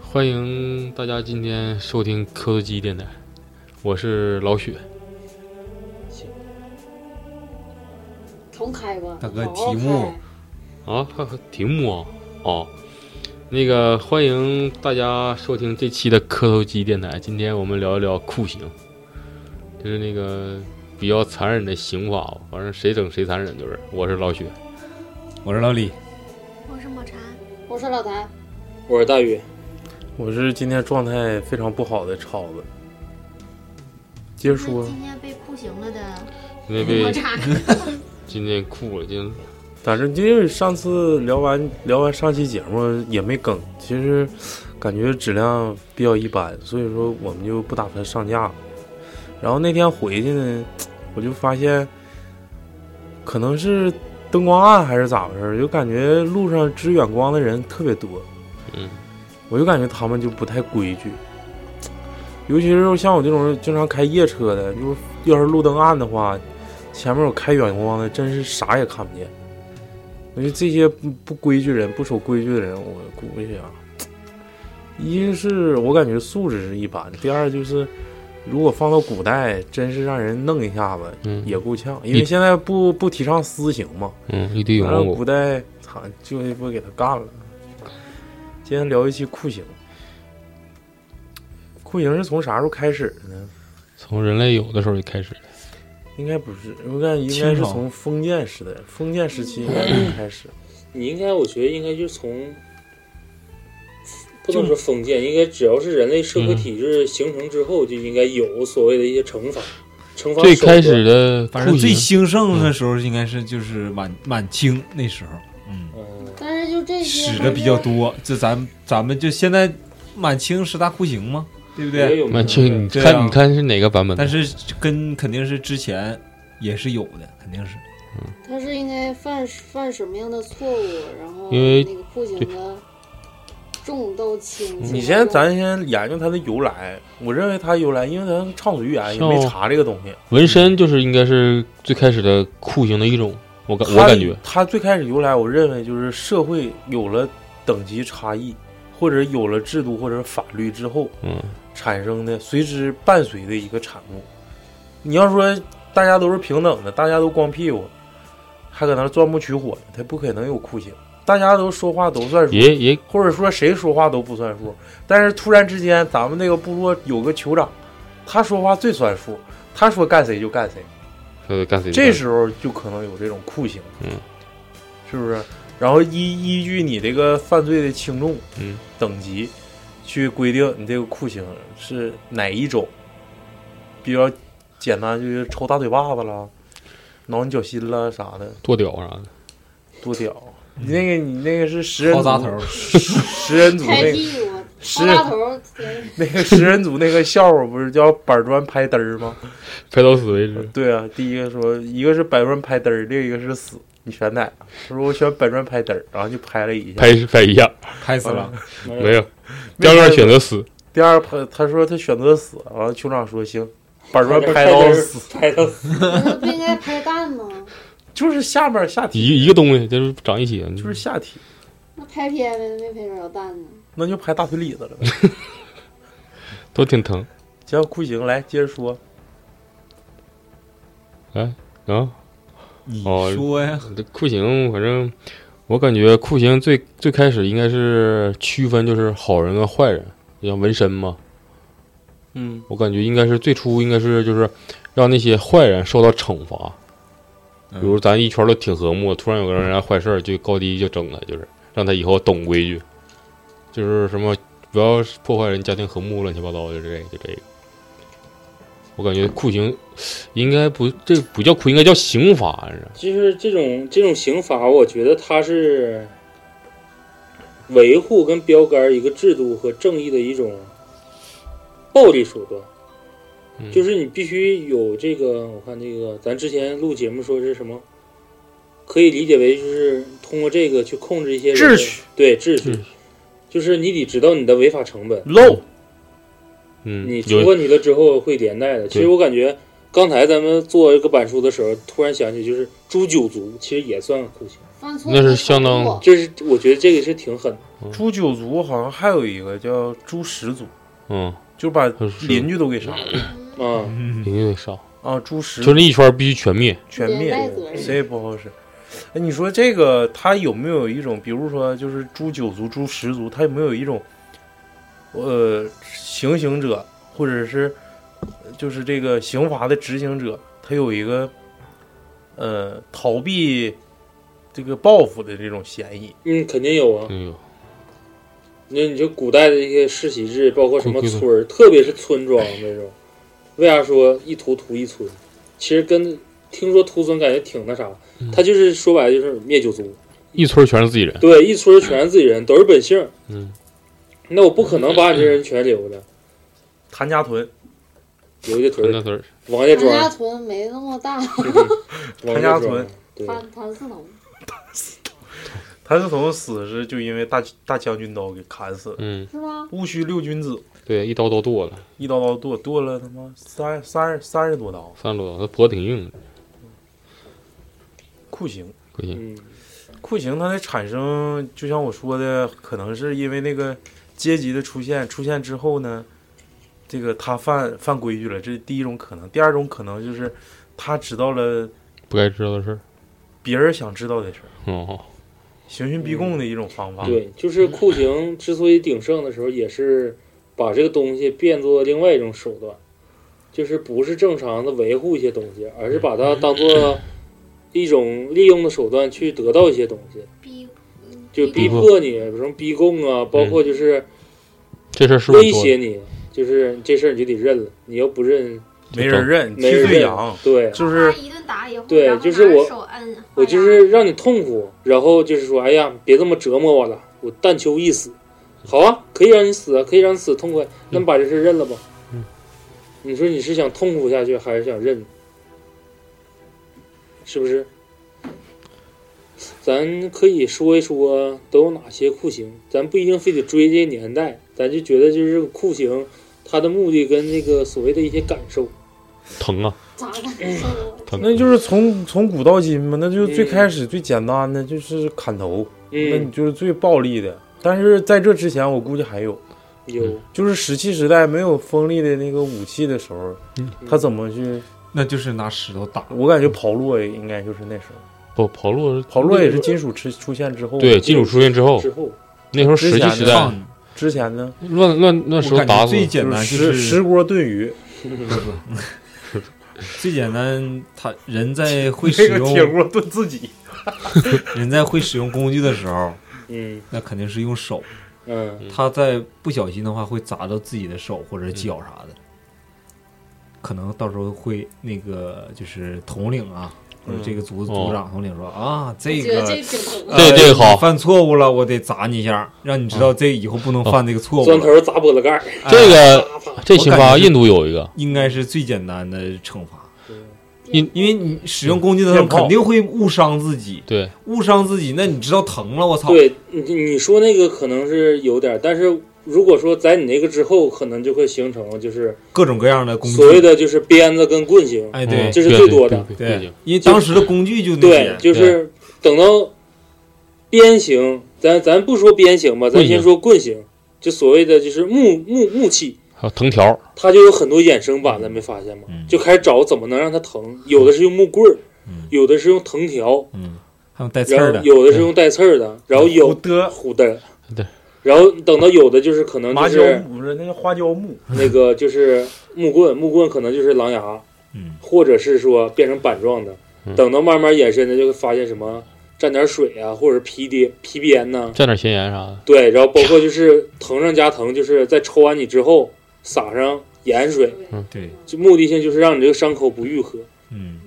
欢迎大家今天收听科多基电台，我是老雪。重开吧，大哥好好题目开啊，还有题目啊，哦，那个欢迎大家收听这期的磕头机电台。今天我们聊一聊酷刑，就是那个比较残忍的刑法吧，反正谁整谁残忍就是。我是老许，我是老李，我是抹茶，我说老谭，我是大宇，我是今天状态非常不好的超子。接着说，今天被酷刑了的今天抹被茶，今天酷了，今天反正因为上次聊完聊完上期节目也没更，其实感觉质量比较一般，所以说我们就不打算上架。然后那天回去呢，我就发现可能是灯光暗还是咋回事儿，就感觉路上支远光的人特别多。嗯，我就感觉他们就不太规矩，尤其是像我这种经常开夜车的，就是要是路灯暗的话，前面有开远光的，真是啥也看不见。我觉得这些不不规矩人、不守规矩的人，我估计啊，一是我感觉素质是一般，第二就是如果放到古代，真是让人弄一下子嗯也够呛，因为现在不不提倡私刑嘛。嗯一堆有然后蘑菇古，代操，就一波给他干了。今天聊一期酷刑，酷刑是从啥时候开始的呢？从人类有的时候就开始了。应该不是，我感觉应该清是朝从封建时代，封建时期应该就开始。你应该，我觉得应该就从，不能说封建，应该只要是人类社嗯会体制形成之后，就应该有所谓的一些惩罚，惩罚最手开段始的反正酷最刑，兴盛的时候应该是就是满满清那时候，嗯，嗯，但是就这些使的比较，多。这咱咱们就现在满清十大酷刑嘛，对不比较对？有名满清，你对的，啊看你看是哪个版本的但？是跟肯定是之前也是有的，肯定是他是应该犯犯什么样的错误，然后因为那个酷刑的重到轻。你先，咱先研究它的由来。我认为它由来，因为咱畅所欲言，也像没查这个东西。纹身就是应该是最开始的酷刑的一种，我感我感觉，它它最开始由来，我认为就是社会有了等级差异，或者有了制度或者法律之后，嗯，产生的随之伴随的一个产物。你要说大家都是平等的，大家都光屁股，还搁那钻木取火呢，他不可能有酷刑。大家都说话都算数，也也或者说谁说话都不算数。但是突然之间，咱们那个部落有个酋长，他说话最算数，他说干谁就干谁。呃干死一个这时候就可能有这种酷刑，嗯，是不是？然后依依据你这个犯罪的轻重，嗯，等级去规定你这个酷刑是哪一种。比较简单，就是抽大嘴巴子啦，挠你脚心啦啥的，剁屌啥的。多屌！你那个你那个是食人薅族大头，食人族拍那个屁股，是掏大头，天 那个食人族那个笑话不是叫板砖拍嘚 儿吗？拍到死为止。对啊，第一个说一个是板砖拍嘚儿，另一个是死，你选哪个？他说我选板砖拍嘚儿，然后就拍了一下。拍拍一下拍死了。没有，第没二事个选择死，第二拍，他说他选择死，完了酋长说行，板砖拍拍到死，，拍到死，不是不应该拍蛋吗？ 就是下面下体，一一个东西就是长一起，啊就就是下体，那拍偏了，没拍着蛋呢。那就拍大腿里子了呗。都挺疼行，酷刑来接着说，啊。你哦说呀，这酷刑，反正我感觉酷刑最最开始应该是区分就是好人跟坏人，就像纹身嘛，嗯，我感觉应该是最初应该是就是让那些坏人受到惩罚，比嗯如咱一圈都挺和睦，突然有个人干坏事儿，就高低就整他，就是让他以后懂规矩，就是什么不要破坏人家庭和睦，乱七八糟，就这个，就这个。我感觉酷刑应该不，这不叫酷，应该叫刑罚，是就是这种这种刑罚，我觉得它是维护跟标杆一个制度和正义的一种暴力手段。嗯就是你必须有这个，我看这个，咱之前录节目说是什么，可以理解为就是通过这个去控制一些人智的取对秩序嗯，就是你得知道你的违法成本，漏，嗯，你出有问题了之后会连带的。其实我感觉刚才咱们做这个板书的时候，突然想起就是诛九族，其实也算酷刑，犯错那是相当不超过这是我觉得这个是挺狠的。嗯诛九族好像还有一个叫诛十族，嗯，就把他是邻居都给杀了啊，嗯一定得上，啊！诛十就那一圈必须全灭。全连灭带责，任谁也不好使。哎，你说这个他有没有一种，比如说就是诛九族、诛十族，他有没有一种，呃，行刑者或者是呃就是这个刑罚的执行者，他有一个呃逃避这个报复的这种嫌疑？嗯，肯定有啊。哎呦，那你就古代的一些世袭制，包括什么对对对村儿，特别是村庄哎这种，为啥说一屠屠一村？其实跟听说屠村感觉挺那啥，嗯他就是说白了就是灭九族，一村全是自己人。对，一村儿全是自己人，都是本姓儿，嗯，那我不可能把你这人全留了，谭家屯，留下屯那儿，屯儿王家潘家庄，屯没那么大，王家庄屯，对，潘潘四农谭嗣同死是就因为大大将军刀给砍死了，嗯，是吗？戊戌六君子对，一刀刀剁了，一刀刀剁剁了他妈三三十三十多刀，三刀，他脖子挺硬的，酷刑。估计。嗯，酷刑它的产生，就像我说的，可能是因为那个阶级的出现，出现之后呢，这个他犯犯规矩了，这是第一种可能。第二种可能就是他知道了不该知道的事儿。别人想知道的事儿，哦，刑讯逼供的一种方法。对，就是酷刑之所以鼎盛的时候，也是把这个东西变作另外一种手段，就是不是正常的维护一些东西，而是把它当做一种利用的手段去得到一些东西，逼嗯就逼逼迫迫你，比如说逼供啊，包括就是这事儿是不是威多胁你，就是这事儿你就得认了，你要不认，没人认，替没人罪认羊，，对。就是他一顿打也会，对然后就是拿我手摁啊，我就是让你痛苦，然后就是说，哎呀，别这么折磨我了，我但求一死。好啊，可以让你死，啊，可以让你死痛快，那你把这事认了吧。嗯你说你是想痛苦下去，还是想认？是不是？咱可以说一说都有哪些酷刑，咱不一定非得追这些年代，咱就觉得就是酷刑，它的目的跟那个所谓的一些感受，疼啊？咋感受？疼，那就是从从古到今嘛，那就是最开始最简单的就是砍头，那你嗯，就是最暴力的。但是在这之前，我估计还有，有就是石器时代没有锋利的那个武器的时候，嗯他怎么去？那就是拿石头打，我感觉跑路也应该就是那时候，不跑路，跑路也是金属出出现之后。对，金属出现之后，之后，那时候石器时代烫你。之前呢，乱乱乱石头我感打觉死最了，简就单是就石是石锅炖鱼，最简单，他人在会使这个铁用锅炖自己。人在会使用工具的时候，嗯那肯定是用手。嗯。他在不小心的话会砸到自己的手或者脚啥的，可能到时候会那个就是统领啊，或者嗯这个组哦组长统领说啊，这觉得个这挺疼呃这这个好你犯错误了，我得砸你一下，让你知道这以后不能犯这个错误砖了。哦头砸玻璃盖儿，哎这个啪啪。这刑我罚感觉印度有一个，应该是最简单的惩罚，因因为你使用工具的时候电炮肯定会误伤自己，对，误伤自己，那你知道疼了，我操，对你你说那个可能是有点儿，但是如果说在你那个之后，可能就会形成就是各种各样的工具所，谓的就是鞭子跟棍刑。哎，对嗯这是对最对多的对对对，因为当时的工具就那对些，，就是等到鞭刑，咱咱不说鞭刑吧，咱棍刑先说棍刑，就所谓的就是木木木器，还有藤条，它就有很多衍生版的，没发现吗？嗯就开始找怎么能让它疼，有的是用木棍儿，嗯有的是用藤条，嗯，还有带刺儿然后的，有的是用带刺儿的，然后有有的虎的，对，然后等到有的就是可能麻就椒是不是那个花椒木，那个就是木棍， 木棍可能就是狼牙，嗯，或者是说变成板状的嗯。等到慢慢延伸的，就会发现什么蘸点水啊，或者皮鞭、皮鞭呐，蘸点咸盐啥的，对，然后包括就是疼上加疼，就是在抽完你之后撒上盐嗯水，对，就目的性就是让你这个伤口不愈合。嗯。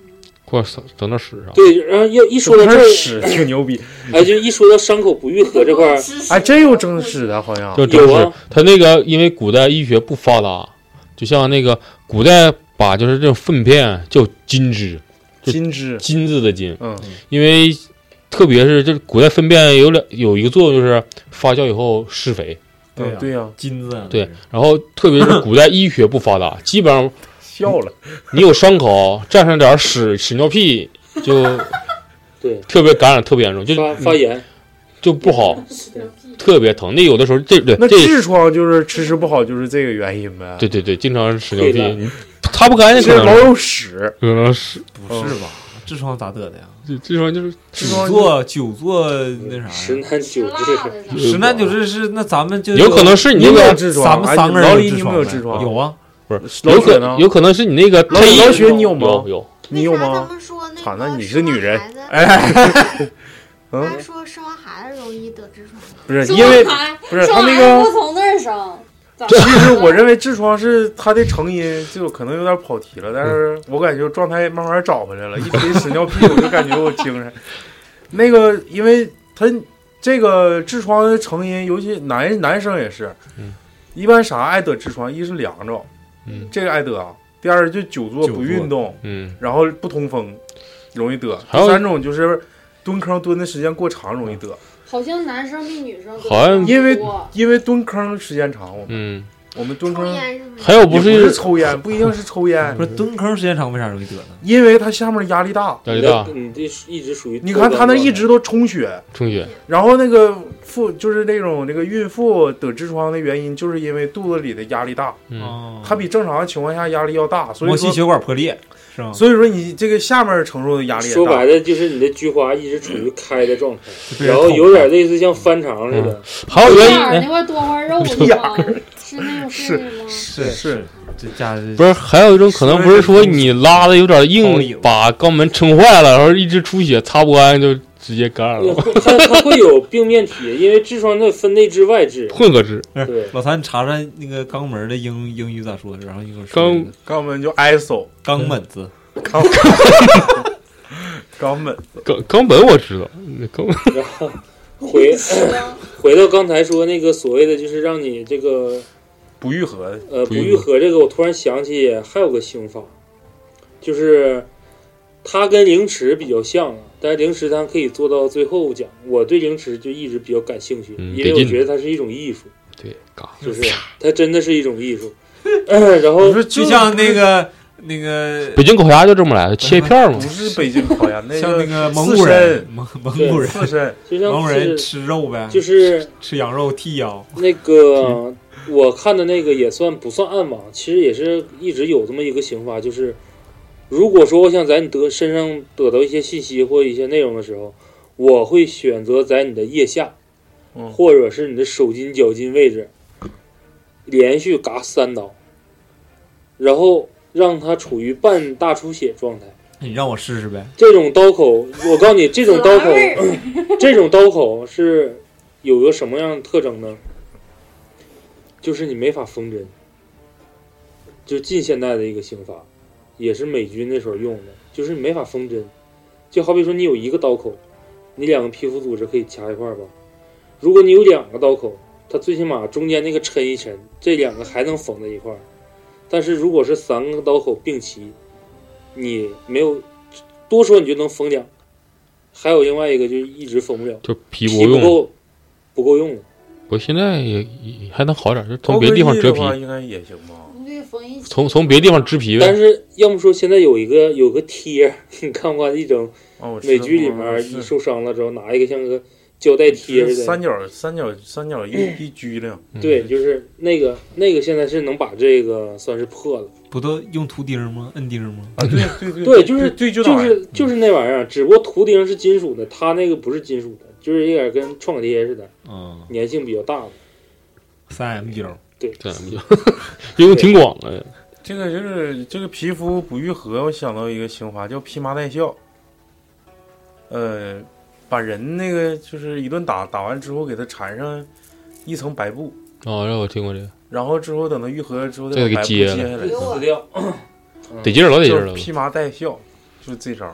快整整点屎啥的。对，然后要一说到整这儿点，屎挺牛 逼。哎，就一说到伤口不愈合这块儿，哎，真有整屎的，好像就整有屎啊，他那个因为古代医学不发达，就像那个古代把就是这种粪便叫金枝，就金枝。金子的金，嗯，因为特别是这古代粪便有两有一个作用就是发酵以后施肥，对嗯啊对呀，金子啊，对，然后特别 是古代医学不发达，基本上笑了。你有伤口，蘸上点屎屎尿屁，就对 嗯特别感染特别严重，就发发炎，就不 好，对特别疼。那有的时候这对那这痔疮就是吃屎不好，就是这个原因呗。对，对对，经常屎尿溃屁烂你擦不干净，是可老能有屎，可能是不是吧？痔疮咋得的呀？这这方就是哦痔疮久坐久坐那啥十呀？男吃九辣痔，的啥就十男九痔是那咱们就有可能是你有那没有个痔疮？咱们三个哎人老李，你痔有没疮呗有痔疮？有啊，有老可雪呢？有可能是你那个老他一老雪，你有吗有？有你有为啥吗他？们说那惨个了你是女人生完孩子，哎， 他嗯，说生完孩子容易得痔疮，不是，生因为孩不是生他孩那子个不从那儿生，咋其实我认为痔疮是它的成因，就可能有点跑题了，但是我感觉状态慢慢找回来了，一提屎尿屁我就感觉我精神。 那个，因为它这个痔疮的成因，尤其男男生也是嗯，一般啥爱得痔疮，一是凉着，嗯这个爱得啊；第二就久坐久坐不运动，嗯，然后不通风，容易得；还有第三种就是蹲坑蹲的时间过长，容易得，好像男生比女生好像因为多因为蹲坑时间长，我们嗯，我们蹲抽坑。烟是不还是？有不不是是抽烟，不一定是抽烟，不是蹲坑时间长为啥容易得呢？因为他下面压力大。压力大你的你这是一直属于啊你看他那一直都充血，充血，然后那个妇就是那种那个孕妇得痔疮的原因，就是因为肚子里的压力大，嗯，哦它比正常情况下压力要大，所以毛细说血管破裂是吗？所以说你这个下面承受的压力也说白大。了就是你的菊花一直处于开的状态，就被人然后捅有点类似像翻肠似的，还有原因眼儿那哎块多块肉屁是眼吗？是那种是是那吗？是是，这家是不是还有一种可能不是说你拉的有点硬，把肛门撑坏了，然后一直出血擦不干就直接感染对了，它它嗯会有病变体，因为痔疮它分内痔外痔，混合痔，对，老谭，你查查那个肛门的英英语咋说？然后一会儿说肛那个肛门就 ISO，肛门子，肛肛门肛肛门我知道，那肛门然后回 回到刚才说那个所谓的就是让你这个不愈合的，呃不不愈合愈合这个，我突然想起还有个刑法，就是它跟凌迟比较像啊，但是凌迟它可以做到最后讲。我对凌迟就一直比较感兴趣，嗯因为得我劲觉得它是一种艺术， 对，嘎，就是它真的是一种艺术。 然后不是就像那个那个北京烤鸭就这么来的，切片儿嘛不，是北京烤鸭，那像那个个蒙刺古人身，蒙蒙古人，刺身就蒙古像人是吃肉呗，就是吃羊肉剃腰，那个我看的那个也算不算暗网，其实也是一直有这么一个刑法，就是如果说我想在你得身上得到一些信息或一些内容的时候，我会选择在你的腋下，嗯或者是你的手筋、脚筋位置，连续嘎三刀，然后让它处于半大出血状态。哎你让我试试呗。这种刀口，我告诉你，这种刀口辣味，儿这种刀口是有个什么样的特征呢？就是你没法缝针，就近现代的一个刑法，也是美军那时候用的，就是你没法缝针。就好比说你有一个刀口，你两个皮肤组织可以掐一块儿吧。如果你有两个刀口，它最起码中间那个抻一抻，这两个还能缝在一块儿。但是如果是三个刀口并齐，你没有多说你就能缝两个。还有另外一个就是一直缝不了。就皮皮不够不用。够，不够用了。我现在也也还能好点，就从高别科地技方折的皮，话应该也行吧？对，缝一起从从别地方织皮但呗。是要么说现在有一个有个贴儿，你看不看一整啊，我知道美剧里嗯面是一受伤了之后拿一个像个胶带贴似三的，角三角三 角一一拘灵，嗯对，，就是那个那个现在是能把这个算是破了，不都用图钉吗？摁钉吗？啊，对对对对就是对，就那就玩意儿是就是那玩意儿，只不过图钉是金属的，它那个不是金属的，就是有点跟创可贴似的，嗯，粘性比较大的。三 M 钉，对，这样不行， 因为挺广的。这个就是这个皮肤不愈合，我想到一个刑罚叫披麻戴孝，呃，把人那个就是一顿打，打完之后给他缠上一层白布，哦，让我听过这个，然后之后等他愈合了之后再再给把白布揭揭下了来，留撕我掉。得劲儿老得劲就儿是了。披麻戴孝，就是这招。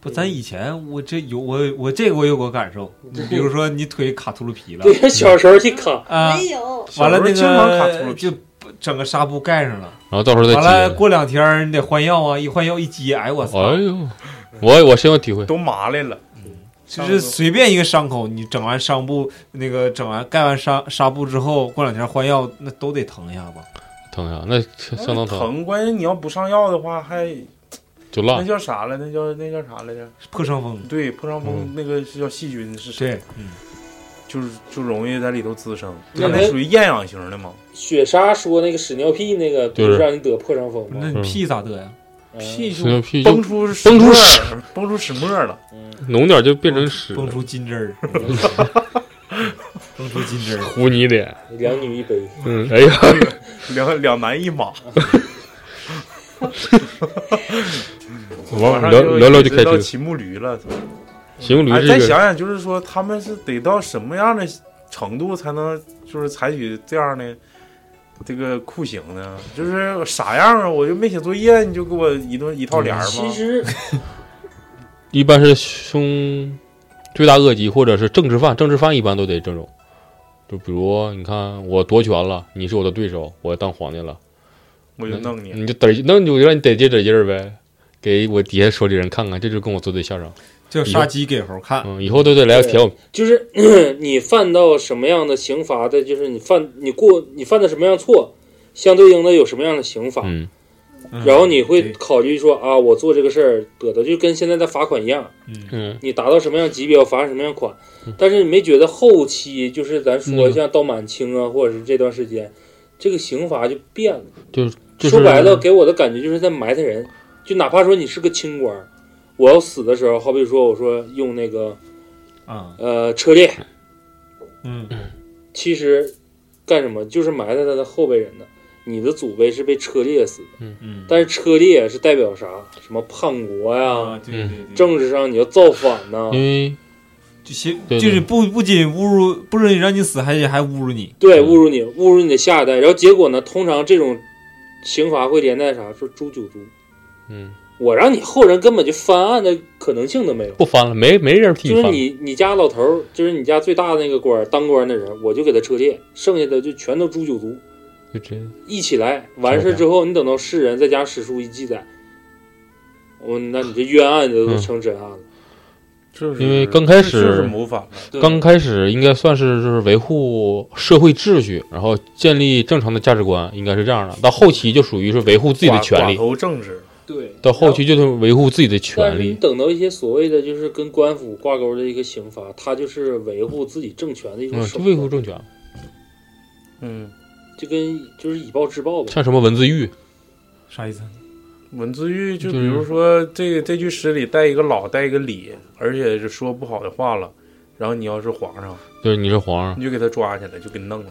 不，咱以前我这有我我这个我有过感受，你比如说你腿卡秃噜皮了 对，哎小时候一卡，啊，没有，完了那小时候经常卡秃个噜皮就整个纱布盖上了，然后到时候再完了接。过两天儿你得换药啊，一换药一接，哎我操哦哎，呦， 我我深有体会。都麻来了，就是随便一个伤口，你整完伤布那个整完盖完纱纱布之后，过两天换药那都得疼一下子。疼呀，那相当疼，疼。关键你要不上药的话，还就那烂。叫啥了？那叫那叫啥来着？破伤风。对，破伤风嗯那个是叫细菌是啥？对，嗯，就是就容易在里头滋生。它那那它属于厌氧型的嘛？雪莎说那个屎尿屁那个，不就是是让你得破伤风那你吗？屁咋得呀？嗯屁就屎尿屁崩就出崩出屎沫儿，崩出屎沫儿了。嗯浓点就变成屎，蹦出金针 儿，蹦出金针儿。糊你脸。两女一杯，嗯，哎呀，两两男一马，完马上聊就聊聊一就直开到车。骑木驴了。行，驴哎，这再个想想，就是说他们是得到什么样的程度才能就是采取这样的这个酷刑呢？就是啥样啊？我就没写作业，你就给我一顿一套嗯帘儿其吗？实一般是凶罪大恶极，或者是政治犯，政治犯一般都得这种。就比如你看我夺权了，你是我的对手，我要当皇帝了，我就弄你。你就得弄你就让你得劲儿得劲儿呗，给我底下手里人看看，这就跟我作对下场。叫杀鸡给猴看，嗯，以后都得来个舔我就是 你犯到什么样的刑罚的，就是你犯你过你犯的什么样错，相对应的有什么样的刑罚，嗯，嗯然后你会对考虑说啊，我做这个事儿得到就跟现在的罚款一样，嗯嗯，你达到什么样级别我罚什么样款。但是你没觉得后期就是咱说嗯像到满清啊，或者是这段时间，这个刑罚就变了。就是说白了，给我的感觉就是在埋汰人。就哪怕说你是个清官儿，我要死的时候，好比说我说用那个啊呃车裂，嗯其实干什么就是埋汰他的后辈人的。你的祖辈是被车裂死的，嗯，但是车裂是代表啥？什么叛国呀、啊对对对，政治上你要造反呐、因为就行，对对就是不不仅侮辱，不仅让你死，还还侮辱你。对，侮辱你，侮辱你的下一代。然后结果呢，通常这种刑罚会连带啥？说诛九族，嗯我让你后人根本就翻案的可能性都没有。不翻了，没没人替就你是翻了。你你家老头儿，就是你家最大的那个官儿，当官的人，我就给他车裂，剩下的就全都诛九族，就真一起来。完事儿之后，你等到世人再加史书一记载，我那你这冤案就都嗯成真案了。这是因为刚开这这是始谋反了，对刚开始应该算是就是维护社会秩序，然后建立正常的价值观，应该是这样的。到后期就属于是维护自己的寡权寡利，头政治。对，到后期就是维护自己的但权是你利。等到一些所谓的就是跟官府挂钩的一个刑罚，它就是维护自己政权的一种嗯，手就段，维护政权，嗯，就跟就是以暴制暴吧。像什么文字狱，啥意思？文字狱就就比如说这这句诗里带一个老带一个李，而且是说不好的话了，然后你要是皇上，就是你是皇上，你就给他抓起来，就给弄了。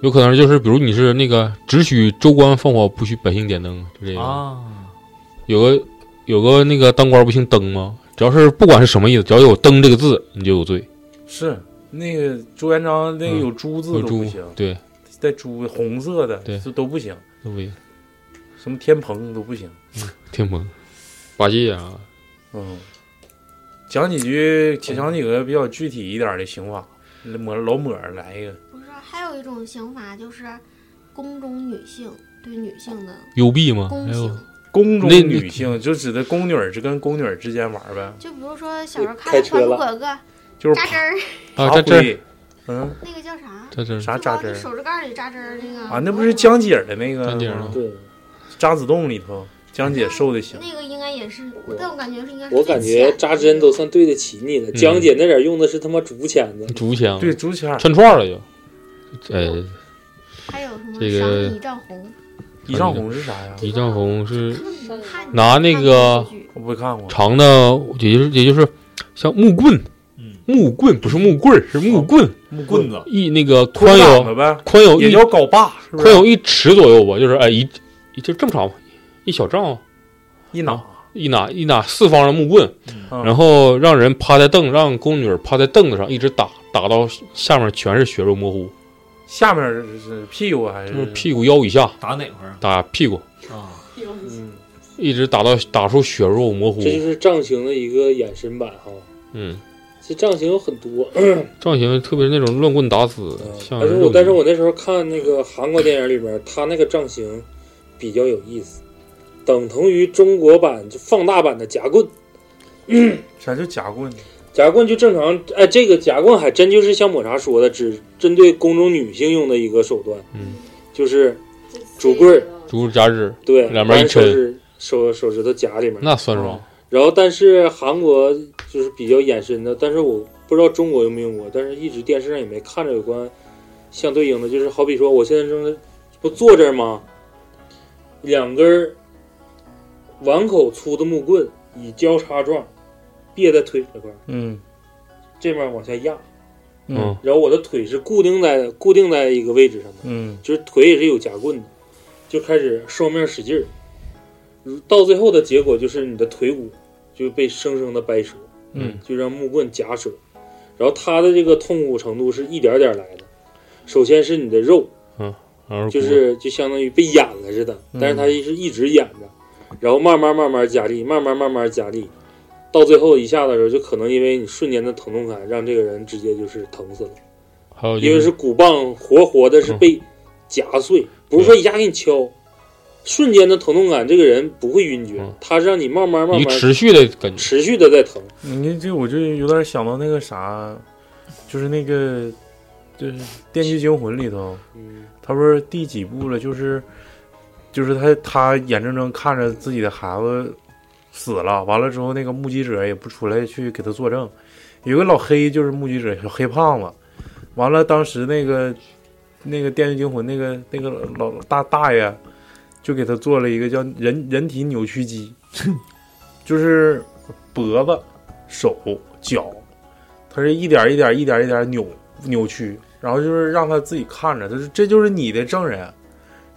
有可能就是比如你是那个只许州官放火，不许百姓点灯，就这个。啊，有个有个那个当官不姓灯吗？只要是不管是什么意思，只要有“灯”这个字，你就有罪，是那个朱元璋那个有朱字有都猪不行，对，带朱红色的对这都不行，那不行。什么天蓬都不行。挺萌，八戒啊，嗯，讲几句，讲几个比较具体一点的刑法，抹老抹来一个，不是，还有一种刑罚就是宫中女性对女性的幽闭嗯吗？宫还有刑，宫中那那女性就指的宫女儿，就跟宫女儿之间玩呗，就比如说小时候看开的《车还珠了格格》，就是扎爬针儿，啊，爬在这儿，灰，嗯，那个叫啥？在这儿，啥就扎往针你儿手指盖儿里扎针儿那个啊？那不是江姐儿的那个张姐儿吗吗？对，渣滓洞里头，江姐受的刑，那个应该也是，我但我感觉是应该是我最感觉浅扎的针都算对得起你了。江姐那点儿用的是他妈竹签子，嗯竹签，对，，竹签儿串串了就。呃，还有什么这个赏你一丈红，一丈红是啥呀？一丈红是看看拿那个我没看过，长的，也就是也就是像木棍，嗯，木棍不是木棍儿，是木棍，木棍子，一那个宽棍子有呗，宽有也一叫镐把，是不宽是？有一尺左右吧，就是哎一一就正常，一小丈一拿，一拿一拿四方的木棍，嗯然后让人趴在凳，让宫女儿趴在凳子上一直打，打到下面全是血肉模糊，下面是是屁股还就是是嗯屁股腰以下打哪块儿啊打屁股。啊？嗯，一直打到打出血肉模糊这。就是杖刑的一个衍生版哈。嗯，其实杖刑有很多，杖刑特别是那种乱棍打死，像嗯呃但是肉我泥但是我那时候看那个韩国电影里面，他那个杖刑比较有意思，等同于中国版就放大版的夹棍。啥叫夹棍？夹棍就正常，哎，这个夹棍还真就是像抹茶说的，只针对宫中女性用的一个手段，嗯，就是主竹棍儿竹夹子对两边把一手抻指手手指头夹里面。那酸爽，然后，但是韩国就是比较衍生的，但是我不知道中国有没有过，但是一直电视上也没看着有关相对应的，就是好比说我现在正在不坐这儿吗？两根儿碗口粗的木棍以交叉状别在腿这块儿，嗯这面往下压，嗯然后我的腿是固定在固定在一个位置上的，嗯就是腿也是有夹棍的，就开始双面使劲儿，嗯到最后的结果就是你的腿骨就被生生的掰折，嗯就让木棍夹折。然后它的这个痛苦程度是一点儿点儿来的，首先是你的肉，然后嗯就是就相当于被演了似的，嗯但是它是一直演着，然后慢慢慢慢加力，慢慢慢慢加力，到最后一下的时候，就可能因为你瞬间的疼痛感，让这个人直接就是疼死了。还有因就为是骨棒活活的是嗯被夹碎，不是说一下给你敲，瞬间的疼痛感，这个人不会晕厥嗯，他是让你慢慢慢一个慢持续的感觉，持续的在疼。嗯你这我就有点想到那个啥，就是那个就是《电锯惊魂》里头，嗯，他不是第几部了？就是就是他他眼睁睁看着自己的孩子死了，完了之后那个目击者也不出来去给他作证，有个老黑就是目击者，小黑胖子。完了，当时那个那个《电锯惊魂》那个那个老大大爷就给他做了一个叫人人体扭曲机，就是脖子、手、脚，他是一点一点一点一点扭扭曲，然后就是让他自己看着，就是这就是你的证人，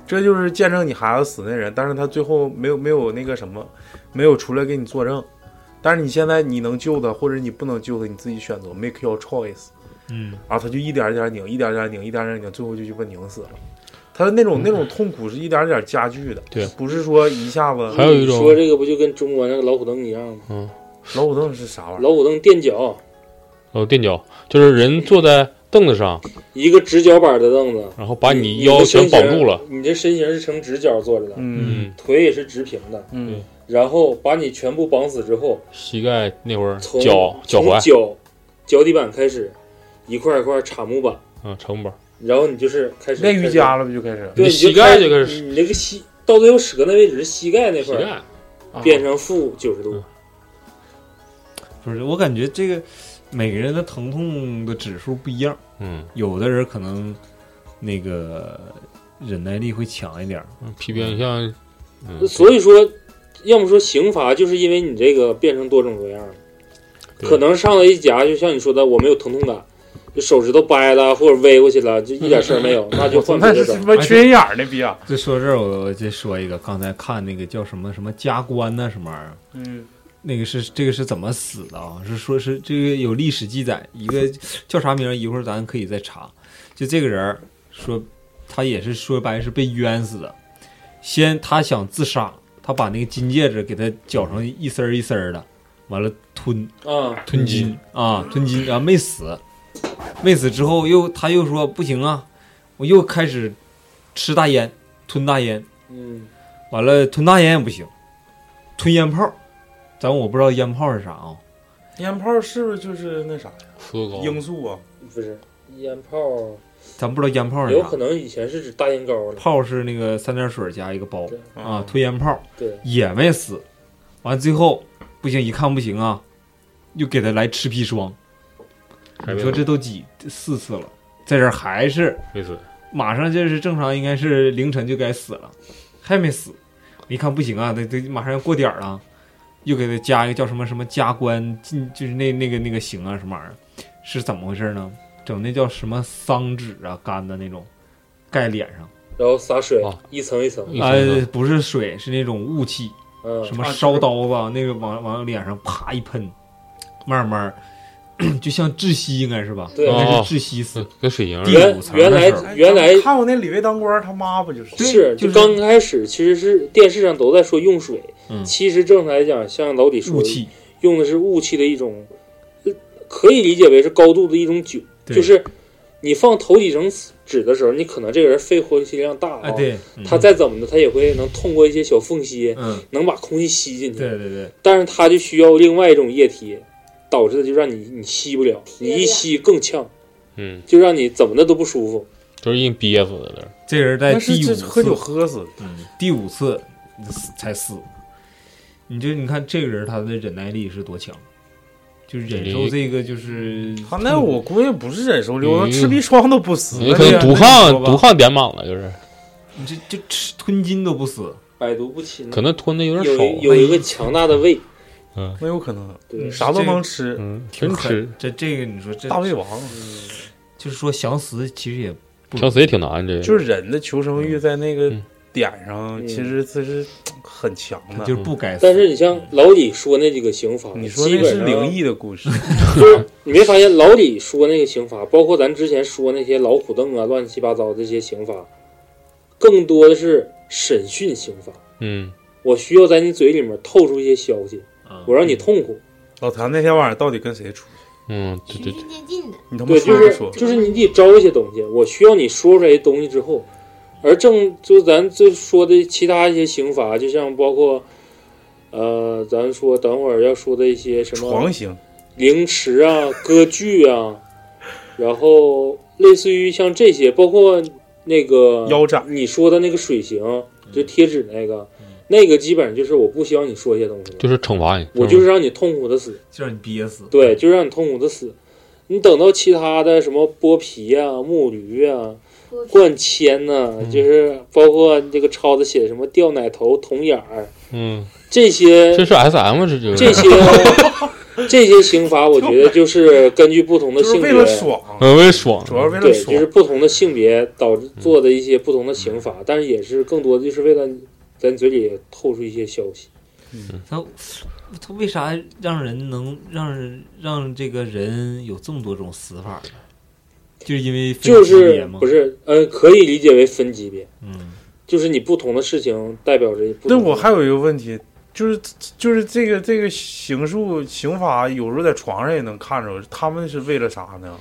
这就是见证你孩子死那人，但是他最后没有没有那个什么，没有出来给你作证，但是你现在你能救他或者你不能救他，你自己选择，make your choice。嗯，然后他就一点一点拧，一点一点拧，一点一点拧，最后就就被拧死了。他的那种那种痛苦是一点点加剧的，对不是说一下子。还有一种说这个不就跟中国那个老虎凳一样吗？嗯，老虎凳是啥玩意儿？老虎凳垫脚，哦，垫脚，就是嗯人坐在凳子上，一个直角板的凳子，然后把嗯你你腰全绑住了，，你的身形你这身形是呈直角坐着的，嗯嗯，腿也是直平的，嗯然后把你全部绑死之后，膝盖那会儿，从脚脚从踝，脚脚底板开始，一块一块插木板，嗯，成本，然后你就是开始练瑜伽了不就开始？对，你你就膝盖开这个你你那个膝到最后折那位置是膝盖那膝块儿盖，啊变成负九十度嗯，不是，我感觉这个每个人的疼痛的指数不一样，嗯，有的人可能那个忍耐力会强一点儿，嗯皮鞭像，嗯，所以说，要么说刑罚就是因为你这个变成多种多样了，对可能上来一夹，就像你说的，我没有疼痛感，就手指头掰了或者歪过去了，就一点事儿没有，那就换别那的是整他。妈缺心眼儿那逼啊！这说这儿，我我再说一个，刚才看那个叫什么什么加官呐、什么玩意儿，嗯那个是这个是怎么死的啊？是说是这个有历史记载，一个叫啥名儿？一会儿咱可以再查。就这个人儿说，他也是说白是被冤死的。先他想自杀，他把那个金戒指给他绞成一丝儿一丝儿的，完了吞啊，吞金，啊，吞金啊，没死，没死之后又他又说不行啊，我又开始吃大烟，吞大烟。嗯，完了吞大烟也不行，吞烟泡儿，咱我不知道烟泡是啥啊、烟炮是不是就是那啥呀？石哦膏，罂粟啊？不是烟炮，咱不知道烟泡是有啥可。能以前是指大烟膏了。泡是那个三点水加一个包对啊，吞烟泡对，也没死，完最后不行，一看不行啊，又给他来赤砒霜。还你没说这都几四次了，在这儿还是没死，马上这是正常，应该是凌晨就该死了，还没死。一看不行啊，得得马上要过点儿了，又给他加一个叫什么什么加官进，就是那那个那个刑啊什么玩意儿，是怎么回事呢？整那叫什么桑纸啊干的那种，盖脸上，然后洒水啊一层一层，一层呃，不是水，是那种雾气，嗯，什么啊就是烧刀子啊，那个往往脸上啪一喷，慢慢儿 就像窒息应该是吧？对应该哦是窒息死嗯。跟水银儿第原五层的原时候来原来哎看我那李卫当官他妈不就是？对是，就是刚开始其实是电视上都在说用水，嗯其实正常来讲，像老李说雾的，气，用的是雾气的一种，呃可以理解为是高度的一种酒，对就是你放头几层纸的时候，你可能这个人肺活吸量大啊，哎对，嗯他再怎么的，他也会能通过一些小缝隙，嗯，能把空气吸进对去，对对，但是他就需要另外一种液体，导致的就让你你吸不了，你一吸更呛，嗯，就让你怎么的都不舒服。都是硬憋死的了，这人在那是第五这次喝酒喝死的。嗯，第五次才死。你就你看这个人他的忍耐力是多强，就是忍受这个就是他啊那我估计不是忍受溜，嗯他赤壁双都不死，你那可能个毒那汉你说吧毒汉扁满了，就是嗯你这就吃吞金都不死，百毒不侵。可能吞的有点有少。有一个强大的胃，嗯那有可能对，啥都能吃，嗯，挺全吃狠。这这个你说这大胃王就是说想死其实也不想死也挺难，这个就是人的求生欲在那个嗯点上，嗯其实这是很强的。就是不该死。但是你像老李说那几个刑罚，你说基那本是上灵异的啊故 事，就是你没发现老李说那个刑罚，包括咱之前说那些老虎凳啊、乱七八糟这些刑罚，更多的是审讯刑罚。嗯，我需要在你嘴里面透出一些消息，啊我让你痛苦。老谭那天晚上到底跟谁出去？嗯，对循对序渐进的，你他妈嗯说对，就不是说？就是你得招一些东西，我需要你说出来东西之后，而正就咱这说的其他一些刑罚，就像包括，呃，咱说等会儿要说的一些什么床行，凌迟啊、割据啊， 然后类似于像这些，包括那个腰斩你说的那个水嗯刑，就贴纸那个，那个基本上就是我不希望你说一些东西了，就是惩罚你。我就是让你痛苦的死，就让你憋死。对，就让你痛苦的死。你等到其他的什么剥皮啊、木驴啊、多灌铅呐、嗯就是包括这个抄子写的什么掉奶头、捅眼儿嗯，这些这是 S M 这就是这些这些刑 罚，我觉得就是根据不同的就是性为别，了爽， 嗯，我也爽。主要为了对，就爽嗯是。不同的性别导致做的一些不同的刑罚，但是也是更多的就是为了咱嘴里透出一些消息。他他为啥让人能让人让这个人有这么多种死法呢？就是因为分就级别是吗不是呃，可以理解为分级别，嗯，就是你不同的事情代表着不同的。那我还有一个问题，就是就是这个这个刑术刑法，有时候在床上也能看着，他们是为了啥呢？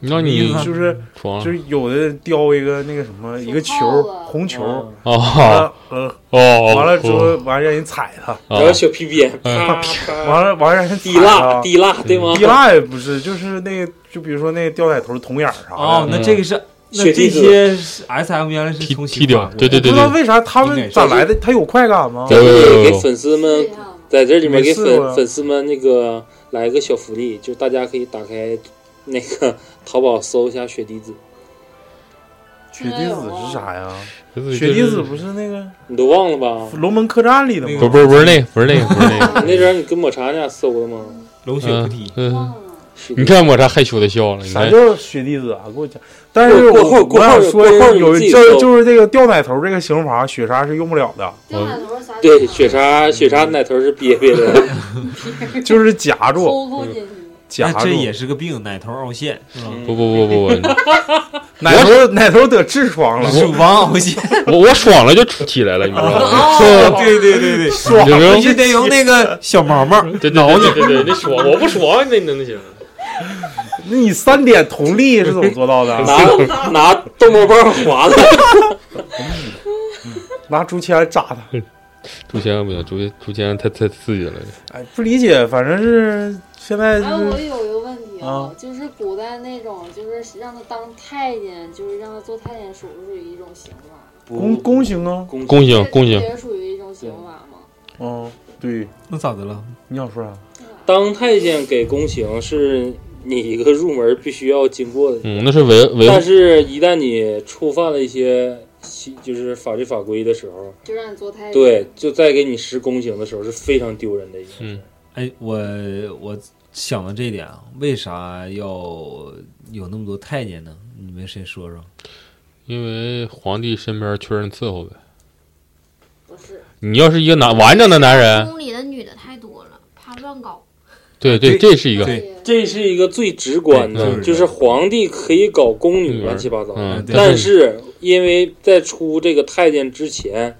你让你嗯就是床就上是有的叼一个那个什么一个球手套啊红球，啊啊完了哦，呃完了之后完了让人踩它，啊然后小皮鞭，嗯啪啪， 完了完了让人滴蜡滴蜡，对吗？滴蜡也不是，就是那个就比如说那个吊奶头捅眼儿啥的。哦，那这个是那血这滴子些 S M 原来是踢从踢刑掉法，对对不对知道对，为啥他应该们是咋来的？他有快感吗？在这有有里有给粉丝这们，样的。在这里面给没试过粉呀粉丝们那个来个小福利，就大家可以打开那个 淘宝搜一下血滴子，血滴子是啥呀？就是血滴子不是那个你都忘了吧？龙门客栈里的那不吗？不不是那个不是那个不是那 个，你那阵儿你跟抹茶那俩搜的吗？龙血菩提嗯，嗯，忘了血滴你子看抹茶害羞的笑了，你啥看叫血滴子啊？给我讲。但是过我后我过后想说过后你有自己就是搜就是这个吊奶头这个刑罚，雪莎是用不了 的，掉奶头啥？对，雪莎雪莎奶头是憋憋的，就是夹住抠抠进去。夹那住哎这。也是个病，奶头凹陷是吧？嗯嗯不不不不不，奶头奶头得痔疮 了，乳房凹陷，我我爽了就出起来了，你知道吗？哦，对对对 对，爽有没有必须得用 那个小毛毛，对对对对对，你爽我不爽，那能行？那你三点同力是怎么做到的？啊拿 拿拿逗猫棒划的，拿竹签扎他。竹签不行，竹竹签太太刺激了。哎，不理解，反正是现在哎，就我是有一个问题啊啊，就是古代那种，就是让他当太监，就是让他做太监手术，属于一种刑法。弓弓形啊。公恭喜这恭喜这，也属于一种刑法吗？嗯，对， 那咋的了？你想说啥？当太监给宫刑是你一个入门必须要经过的，嗯，那是维维但是一旦你触犯了一些西就是法律法规的时候，就让你做太监。对，就再给你施宫刑的时候是非常丢人的一件事。哎，我我想到这一点啊，为啥要有那么多太监呢？你们谁说说？因为皇帝身边缺人伺候呗。不是，你要是一个男完整的男人，宫里的女的太多了，怕乱搞。对对这是一个对这是一个最直观的，嗯就是皇帝可以搞宫女女儿乱七八糟，嗯，对但是因为在出这个太监之前，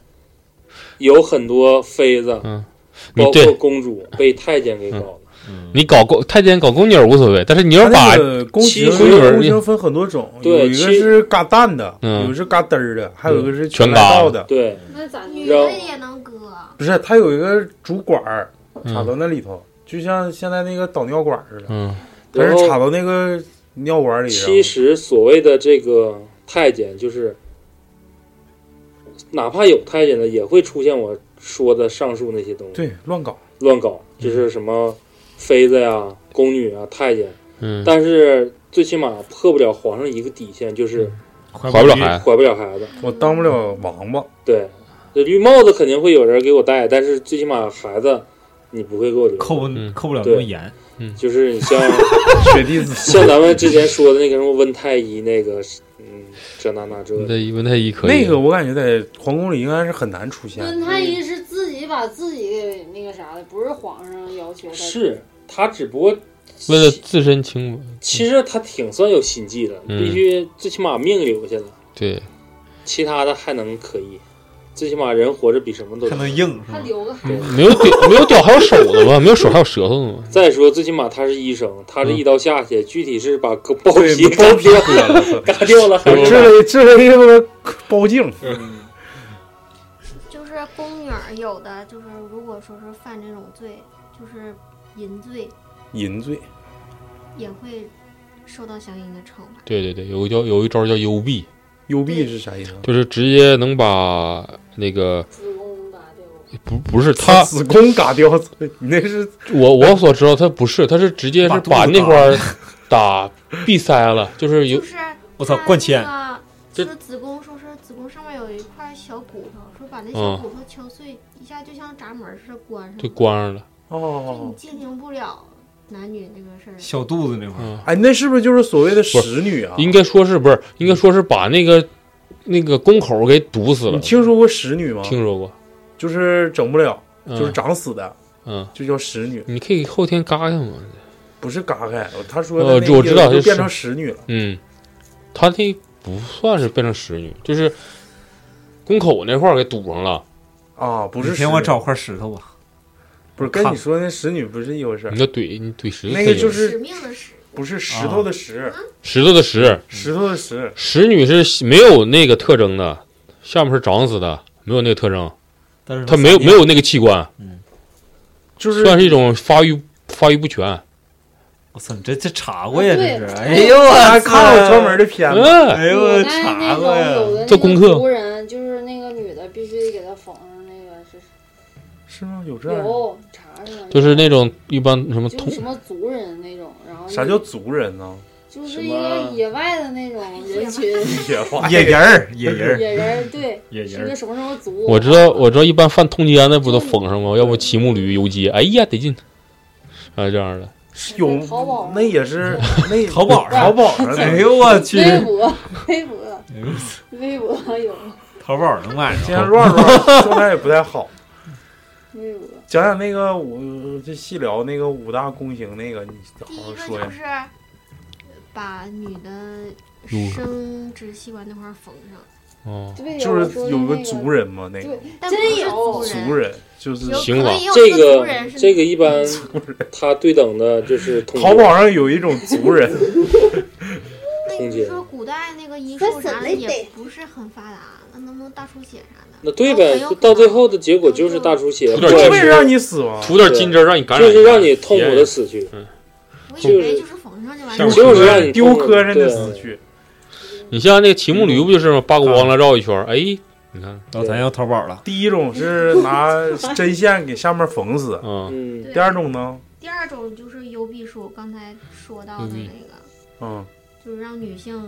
有很多妃子，嗯你包括对公主被太监给搞了。你搞宫太监搞宫女儿无所谓，但是你要把它那个弓形，七十六弓形分很多种，对有一个七是嘎蛋的，嗯有一个是嘎嘚儿的，还有一个是全全嘎道的。对，那咋女然后的也能割，不是，它有一个主管儿插嗯到那里头，就像现在那个导尿管似的，嗯它然是插后到那个尿管里。其实所谓的这个太监，就是哪怕有太监的，也会出现我说的上述那些东西，对，乱搞。乱搞，就是什么妃子呀、宫女啊、太监，嗯，但是最起码破不了皇上一个底线，就是怀怀不了孩子，怀不了孩子。我当不了嗯王八，对，这绿帽子肯定会有人给我戴，但是最起码孩子你不会给我留。扣嗯不扣不了那么对严。就是你 像雪地子像咱们之前说的那个什么温太医那个，嗯，这那那这的，那文太医可以那个，我感觉在皇宫里应该是很难出现温。嗯太医是自己把自己给那个啥的，不是皇上要求他。是他只不过为了自身清白，其实他挺算有心计的，嗯必须最起码命留下了，对，其他的还能可以，最起码人活着比什么都还强能。硬是他吧？留个孩子，没有屌， 没有屌还有手呢吗？没有手还有舌头呢吗？再说，最起码他是医生，他这嗯一刀下去，具体是把包对皮包皮割，割 了嘎掉了，还我是治了治了一个包茎，就是宫女儿有的就是，如果说是犯这种罪，就是淫罪，淫罪。也会受到相应的惩罚。对对对，有个叫有一招叫幽闭，幽闭是啥意思啊？就是直接能把那个子宫打掉。不不是他，子宫嘎掉，你那是我我所知道他不是，他是直接是把肚子把那块儿打闭塞了，就是有就是我操，灌铅！它哎这那个说子宫说是子宫上面有一块小骨头，说把那小骨头敲碎一下，就像闸门似的关上，就关上了。就你哦，进行不了男女那个事儿。小肚子那块儿，嗯，哎，那是不是就是所谓的使女啊？应该说是不是？应该说是把那个那个宫口给堵死你了。听说过使女吗？听说过？就是整不了，嗯、就是长死的，嗯，就叫使女，你可以后天嘎下嘛。不是嘎开。他说呃的那我知道意思就是变成使女了。嗯，他那不算是变成使女，就是宫口那块儿给堵上了。啊，不哪是使天女，我找块石头吧。不是跟看嗯你说那使女不是一回事儿你，就怼你怼石头可以那了，个就使是命的使，不是石头的石，石头的石，石头的石，使女是没有那个特征的，下面是长死的，没有那个特征，但是她没有撒没尿有那个器官，就是算是一种发育发育不全。我操，你这这查过呀？这对是，对哎呦我还操看了专门，的片子，嗯，哎呦古我代查那过种有呀。的做功那课个仆人，就是那个女的必须得给他缝上那个是是吗？有这啊样的？有查上了，就是那种一般什么就是什通么族人那种，然后啥叫族人呢？就是一个野外的那种人群， 野花野人儿，野人儿，野人对，野是人一个儿，什么什么族。我知道，我知道，一般犯通奸的不都封上吗？要不骑木驴游街，哎呀得劲，啊这样的，有淘宝那 也是那淘宝上淘宝上哎的。呦我去，微博，微博，哎呦微博有淘宝能买今天着。乱 乱状态也不太好，微博，讲讲那个五这细聊那个五大公行那个，你第好一好个说就呀。是把女的嗯生殖器官那块儿缝上，哦，对，就是我说有一那个个族，人嘛，那个对，但不哎真是有哎人，族人就是有行可能吧也有这一个族个人是这个一 般族人。它对等的就是通淘宝上有一种族人，那空你间说古代那个医说术什啥么的得也不是很发达，那能不能大出血啥的？那对都呗哦很有可，能到最后的结果就是大出血，有或点对者就劲为是了让你死亡。涂点金针儿让你感染就一下，哎是让你痛苦的死去，我就以为是就是缝上就完像了。是就是让你丢痛苦磕碜的对死去，你像那个骑木驴不就是吗？扒光了绕一圈儿，哎，你看，然哦后咱要淘宝了，第一种是拿针线给下面缝死，嗯，嗯，第二种呢，第二种就是幽闭术，刚才说到的那个，嗯，就是让女性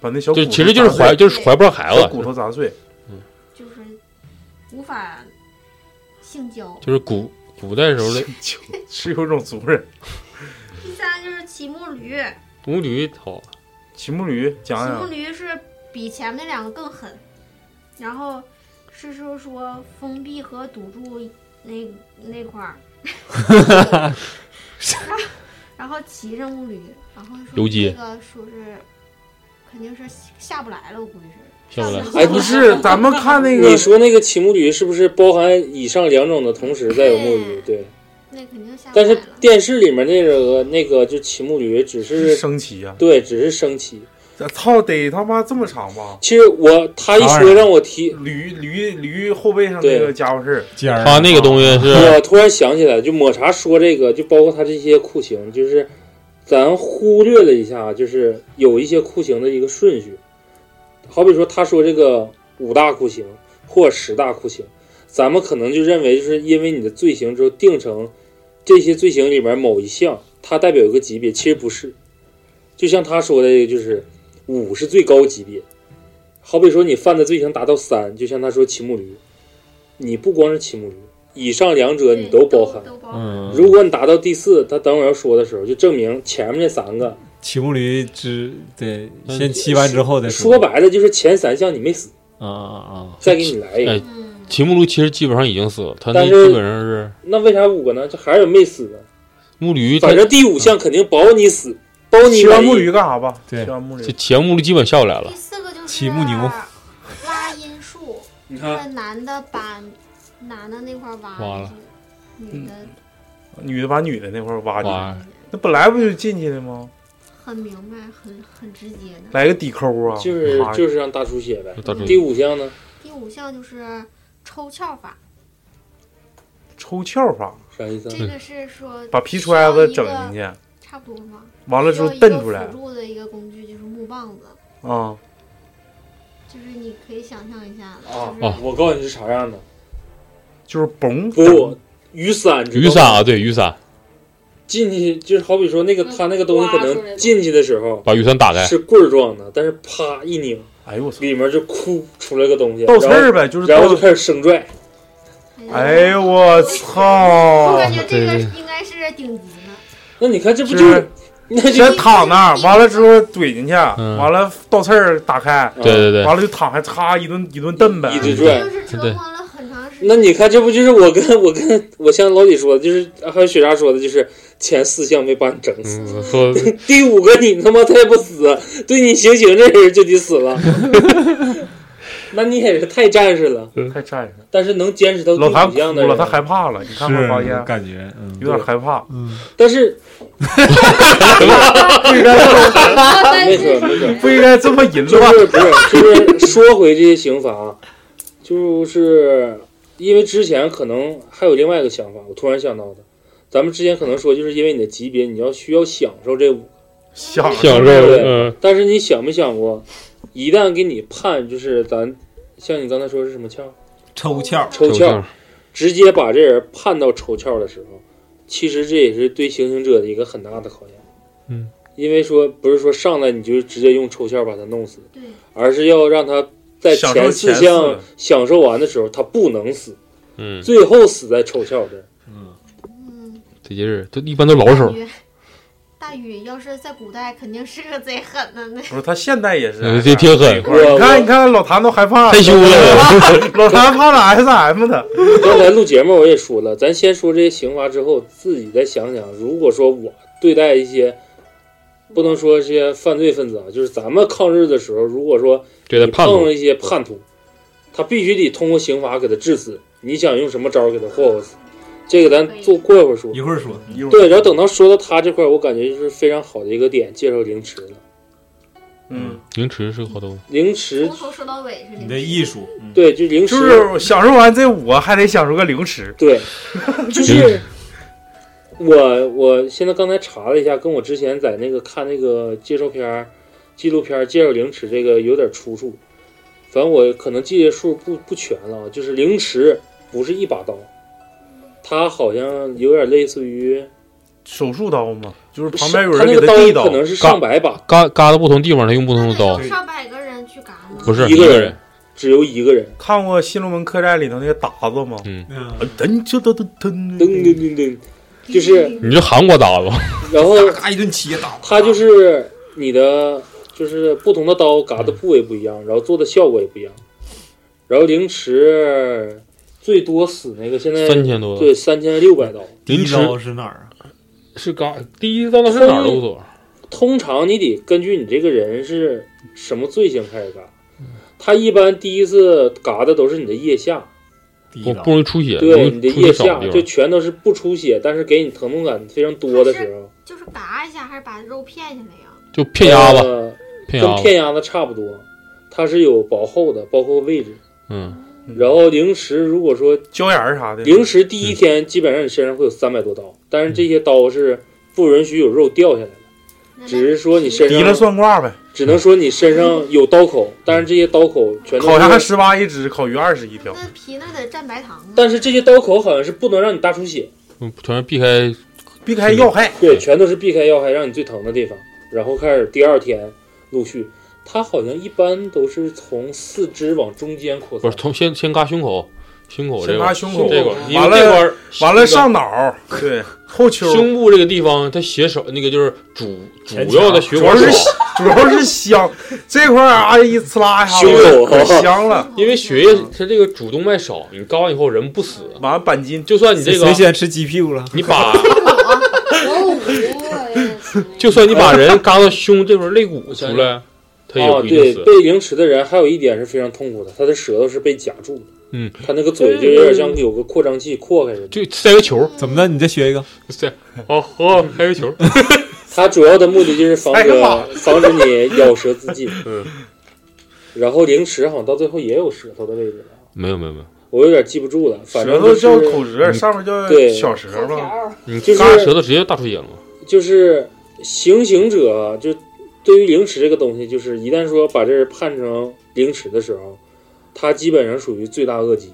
把那小骨就头其实就是砸碎怀就是怀不上孩小骨子，头砸碎， 就是无法性交。嗯就是古古代时候的是有一种族人。第三就是骑木驴，母驴好，骑木驴讲骑木讲，驴是比前面那两个更狠，然后是说说封闭和堵住那那块儿，然后骑着木驴，然后说游街这个说是肯定是下不来了，我估计是下不来。哎不是咱们看那个你说那个骑木驴是不是包含以上两种的同时再有木鱼？对，那肯定下不但来是了。电视里面那个那个就骑木驴只是升旗呀，对，只是升旗。操得他妈这么长吗？其实我他一说让我提，驴驴驴后背上那个对家伙事儿，尖哎儿。他那个东西是我突然想起来，就抹茶说这个，就包括他这些酷刑，就是咱忽略了一下，啊就是有一些酷刑的一个顺序。好比说他说这个五大酷刑或十大酷刑，咱们可能就认为就是因为你的罪行之后定成这些罪行里面某一项，它代表一个级别，其实不是。就像他说的，就是五是最高级别。好比说你犯的罪行达到三，就像他说骑木驴，你不光是骑木驴，以上两者你都包含。都包含。嗯，如果你达到第四，他等会儿要说的时候，就证明前面那三个骑木驴之对，嗯先骑完之后再说白了就是前三项你没死，啊啊啊！再给你来一个。哎嗯，秦木驴其实基本上已经死了，他那但基是本上是那为啥五个呢？这还有没死呢？木驴，他反正第五项肯定保你死，保嗯你骑完满木意。驴干啥吧？对骑完木这驴，前木驴基本下不来了第。四个就是骑木牛挖阴树，你就，是男的把男的那块挖挖了进去，女的女的把女的那块儿嗯挖进去，哇，那本来不就进去了吗？很明白，很很直接的。来个底抠啊！就是妈呀就是让大出血呗。大猪第五项呢？第五项就是抽窍法，抽窍法，啥意思啊？这个是说嗯把皮揣子整进去，差不多吗？完了之后需要一个蹬出来辅助的一个工具就是木棒子，啊！就是你可以想象一下，哦就啊是我告诉你是啥样的，就是嘣不，雨伞，知道吗雨伞啊，对雨伞，进去就是好比说那个嗯他那个东西可刮出来能的进去的时候把雨伞打开，是棍儿状的，但是啪一拧，哎呦我操！里面就哭出来个东西，倒刺然后儿呗，就是然后倒就。开始生拽。哎呦我操我！感觉这个对应该是顶级的，那你看这不是就是啊那就先躺那儿，完了之后怼进去，嗯完了倒刺儿打开，对对对，嗯完了就躺下，嚓一顿一顿蹬呗。一直这拽就是折磨了很长时间。那你看，这不就是我跟我跟我像老李说的，就是还有雪莎说的，就是前四项没把你整死，嗯，说 第五个你他妈再不死，对你行刑这人就得死了。 那你也是太战士了，太战士了，但是能坚持到第老谭五哭项的了，人他，害怕了，你看没发是现？感觉嗯有点害怕，但是不应该这么没错没错，不应该这么淫就乱。是不是就是说回这些刑罚啊，就是因为之前可能还有另外一个想法，我突然想到的，咱们之前可能说就是因为你的级别，你要需要享受这五想享受，嗯，但是你想没想过，一旦给你判，就是咱像你刚才说是什么窍，抽窍，抽抽窍，直接把这人判到抽窍的时候，其实这也是对行刑者的一个很大的考验。嗯，因为说不是说上来你就直接用抽窍把他弄死，对，而是要让他在享受前前四四项享受完的时候，他不能死，嗯，最后死在抽窍这儿。嗯，这就是这一般都老手感，觉大禹要是在古代，肯定是个贼狠的呃那。不是他现在也是嗯，这挺狠，你看，你看，老谭都害怕，害羞啊了， 老谭怕了 S M 的，刚才录节目我也说了，咱先说这些刑罚之后，自己再想想，如果说我对待一些，不能说这些犯罪分子啊，就是咱们抗日的时候，如果说对他你叛碰上徒，一些叛徒，他必须得通过刑罚给他致死。你想用什么招儿给他霍霍死？这个咱做过一会儿说。一会儿说一会儿对，然后等到说到他这块儿，我感觉就是非常好的一个点，介绍凌迟了。嗯，凌迟是个好东西，凌迟从，头说到尾是你零的艺术，嗯对，就凌迟，就是享受完这五个还得享受个零食，对，就是我我现在刚才查了一下，跟我之前在那个看那个介绍片儿、纪录片儿介绍凌迟这个有点出处。反正我可能记得数不不全了，啊，就是凌迟不是一把刀，它好像有点类似于手术刀嘛，就是旁边有它人那给个他递可能是嘎上百把，嘎嘎到不同地方他用不同的那刀得，有上百个人去嘎吗？不是一个个人，只有一个人，看过《新龙门客栈》里头那个达子吗？嗯，噔就噔噔噔噔噔噔噔，就是你这韩国刀子，然后嘎一顿骑打，它就是你的，就是不同的刀嘎的部位不一样，然后做的效果也不一样。然后凌迟最多死那个现在三千多，嗯对三千六百刀，第凌一迟招是哪儿啊？是嘎，第一刀到是哪儿都无所谓，通常你得根据你这个人是什么罪行开始嘎。他一般第一次嘎的都是你的腋下，第不一招不容易出血，容对易你的出腋血少下的就地方，全都是不出血，但是给你疼痛感非常多的时候，就是嘎一下，还是把肉片下来呀？就骗鸭子，呃骗跟鸭子，片鸭子差不多，它是有薄厚的，包括位置。嗯，然后凌迟如果说椒盐儿啥的，零食第一天基本上你身上会有三百多刀，但是这些刀是不允许有肉掉下来的，那只是说你身提了上算卦呗，只能说你身上有刀口，但是这些刀口全烤都鸭是，十八一只，烤鱼二十一条，那皮那得蘸白糖啊。但是这些刀口好像是不能让你大出血，嗯全是避开避开要害。对，全都是避开要害，让你最疼的地方，然后开始第二天陆续，它好像一般都是从四肢往中间扩不是散，从先先嘎胸口，胸口这先块拉儿胸口这块儿，因为完了这块儿完了这个上脑，对后丘，胸部这个地方，它血手那个就是主前主要的血主管要手是，主要是香这块儿，阿姨呲啦一下胸子口可香了。因为血液它这个主动脉少，你嘎完以后人不死，完了板筋就算你这个谁喜欢吃鸡屁股了？你 把我五我也是就算你把人嘎到胸这块肋骨出来，他也啊，不一定对，死。被凌迟的人还有一点是非常痛苦的，他的舌头是被夹住的，嗯，他那个嘴就有点像有个扩张器扩开似的。就塞个球，怎么的？你再学一个？塞，哦哦，塞个球，它主要的目的就是防哎止呀妈防止你咬舌自尽。嗯，然后凌迟好像到最后也有舌头的位置了，没有没有没有，我有点记不住了。反舌正头就是嗯叫口舌，上面叫对小舌口条嘛。儿，你就是嘎舌头直接大出血了嘛。就是行刑者就对于凌迟这个东西，就是一旦说把这人判成凌迟的时候，他基本上属于罪大恶极，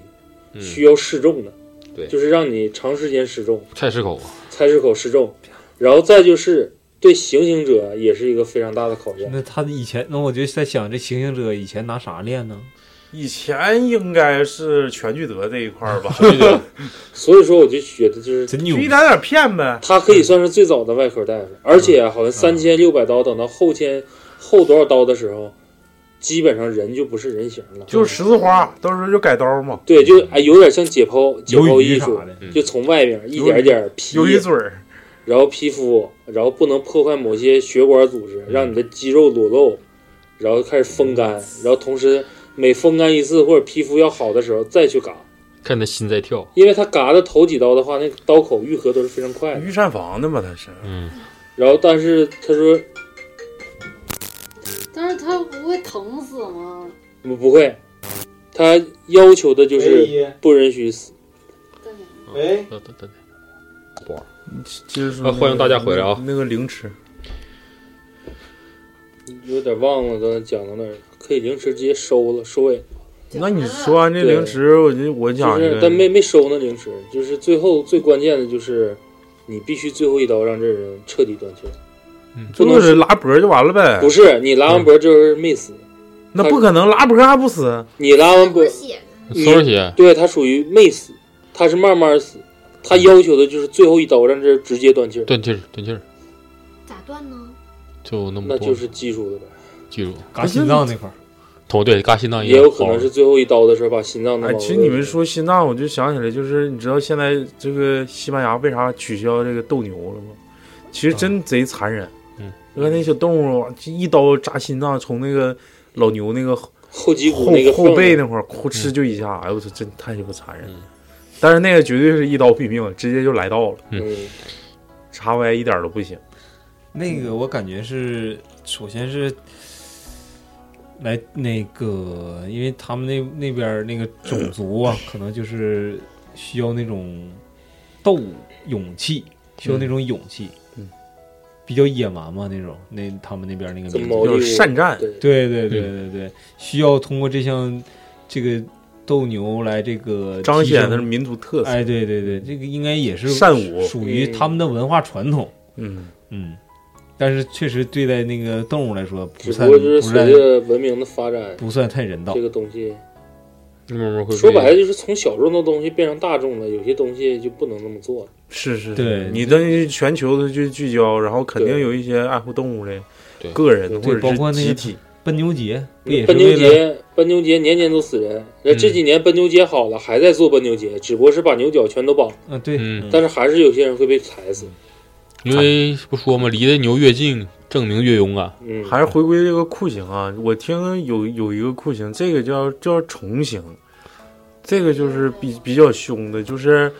嗯，需要示众的，对就是让你长时间示众，菜市口，啊菜市口示众，然后再就是对行刑者也是一个非常大的考验。那他以前，那我就在想，这行刑者以前拿啥练呢？以前应该是全聚德这一块 儿吧，所以说，我就觉得就是真就牛一！点点骗呗。他可以算是最早的外科大夫，而且好像三千六百刀，等到后千后多少刀的时候，基本上人就不是人形了。就是十字花，到时候就改刀嘛。对，就哎，有点像解剖解鱿剖鱼艺啥术，的，嗯就从外面一点一点皮，鱿鱼嘴儿，然后皮肤，然后不能破坏某些血管组织，让你的肌肉裸露，然后开始风干，然后同时每风干一次或者皮肤要好的时候再去嘎，看他心在跳，因为他嘎的头几刀的话，那个刀口愈合都是非常快的。御膳房的嘛，他是。嗯，然后但是他说但是他不会疼死吗？不嗯不会，他要求的就是不允许死。但是喂，得得得，接着啊说那个欢迎大家回来啊那个凌迟，有点忘了刚才讲到哪儿了，可以凌迟直接收了收尾，那啊你说完这对凌迟，我就我就讲一是个，但没没收呢凌迟，就是最后最关键的就是你必须最后一刀让这人彻底断气儿，不能就是是拉脖就完了呗。不是你拉完脖就是没死，那不可能，拉脖还不死。你拉完脖流，血搜着血，对他属于没死，他是慢慢死，他要求的就是最后一刀让这人直接断气儿，断气儿，断气儿，咋断呢？就那么那多，就是技术的呗，记住，嘎心脏那块儿，头对嘎心脏一也样，有可能是最后一刀的时候把心脏弄哎，毛其实你们了说心脏，我就想起来，就是你知道现在这个西班牙为啥取消这个斗牛了吗？其实真贼残忍。嗯，你看那小动物哇一刀扎心脏，从那个老牛那个后后脊骨后那个缝后儿背那块儿，哭哧就一下，哎呦我操，真太鸡巴残忍了。但是那个绝对是一刀毙命，直接就来到了，嗯，插歪一点都不行。那嗯个我感觉是，首先是来那个，因为他们那那边儿那个嗯种族啊，可能就是需要那种斗勇气，需要那种勇气，嗯，比较野蛮嘛那种，那他们那边儿那个怎民么族，毛利就武是善战，对对。对对嗯对对，需要通过这项这个斗牛来这个彰提显升它是民族特色。哎，对对对，这个应该也是善舞属于他们的文化传统。嗯，嗯，但是确实对待那个动物来说，不只不算过就是不随算着文明的发展，不算太人道这。个东西慢慢会说白了就是从小众的东西变成大众了，有些东西就不能那么做了。是是，是对你的全球的聚聚焦，然后肯定对有一些爱护动物的对个人对或者包括是那个集体，奔牛节不也是奔牛为了节，奔牛节年年都死人。那嗯这几年奔牛节好了，还在做奔牛节，只不过是把牛角全都绑，嗯对，嗯但是还是有些人会被踩死。因为不说嘛，离得牛越近，证明越勇敢。嗯，还是回归这个酷刑啊！我听有有一个酷刑，这个叫叫重刑，这个就是比比较凶的，就是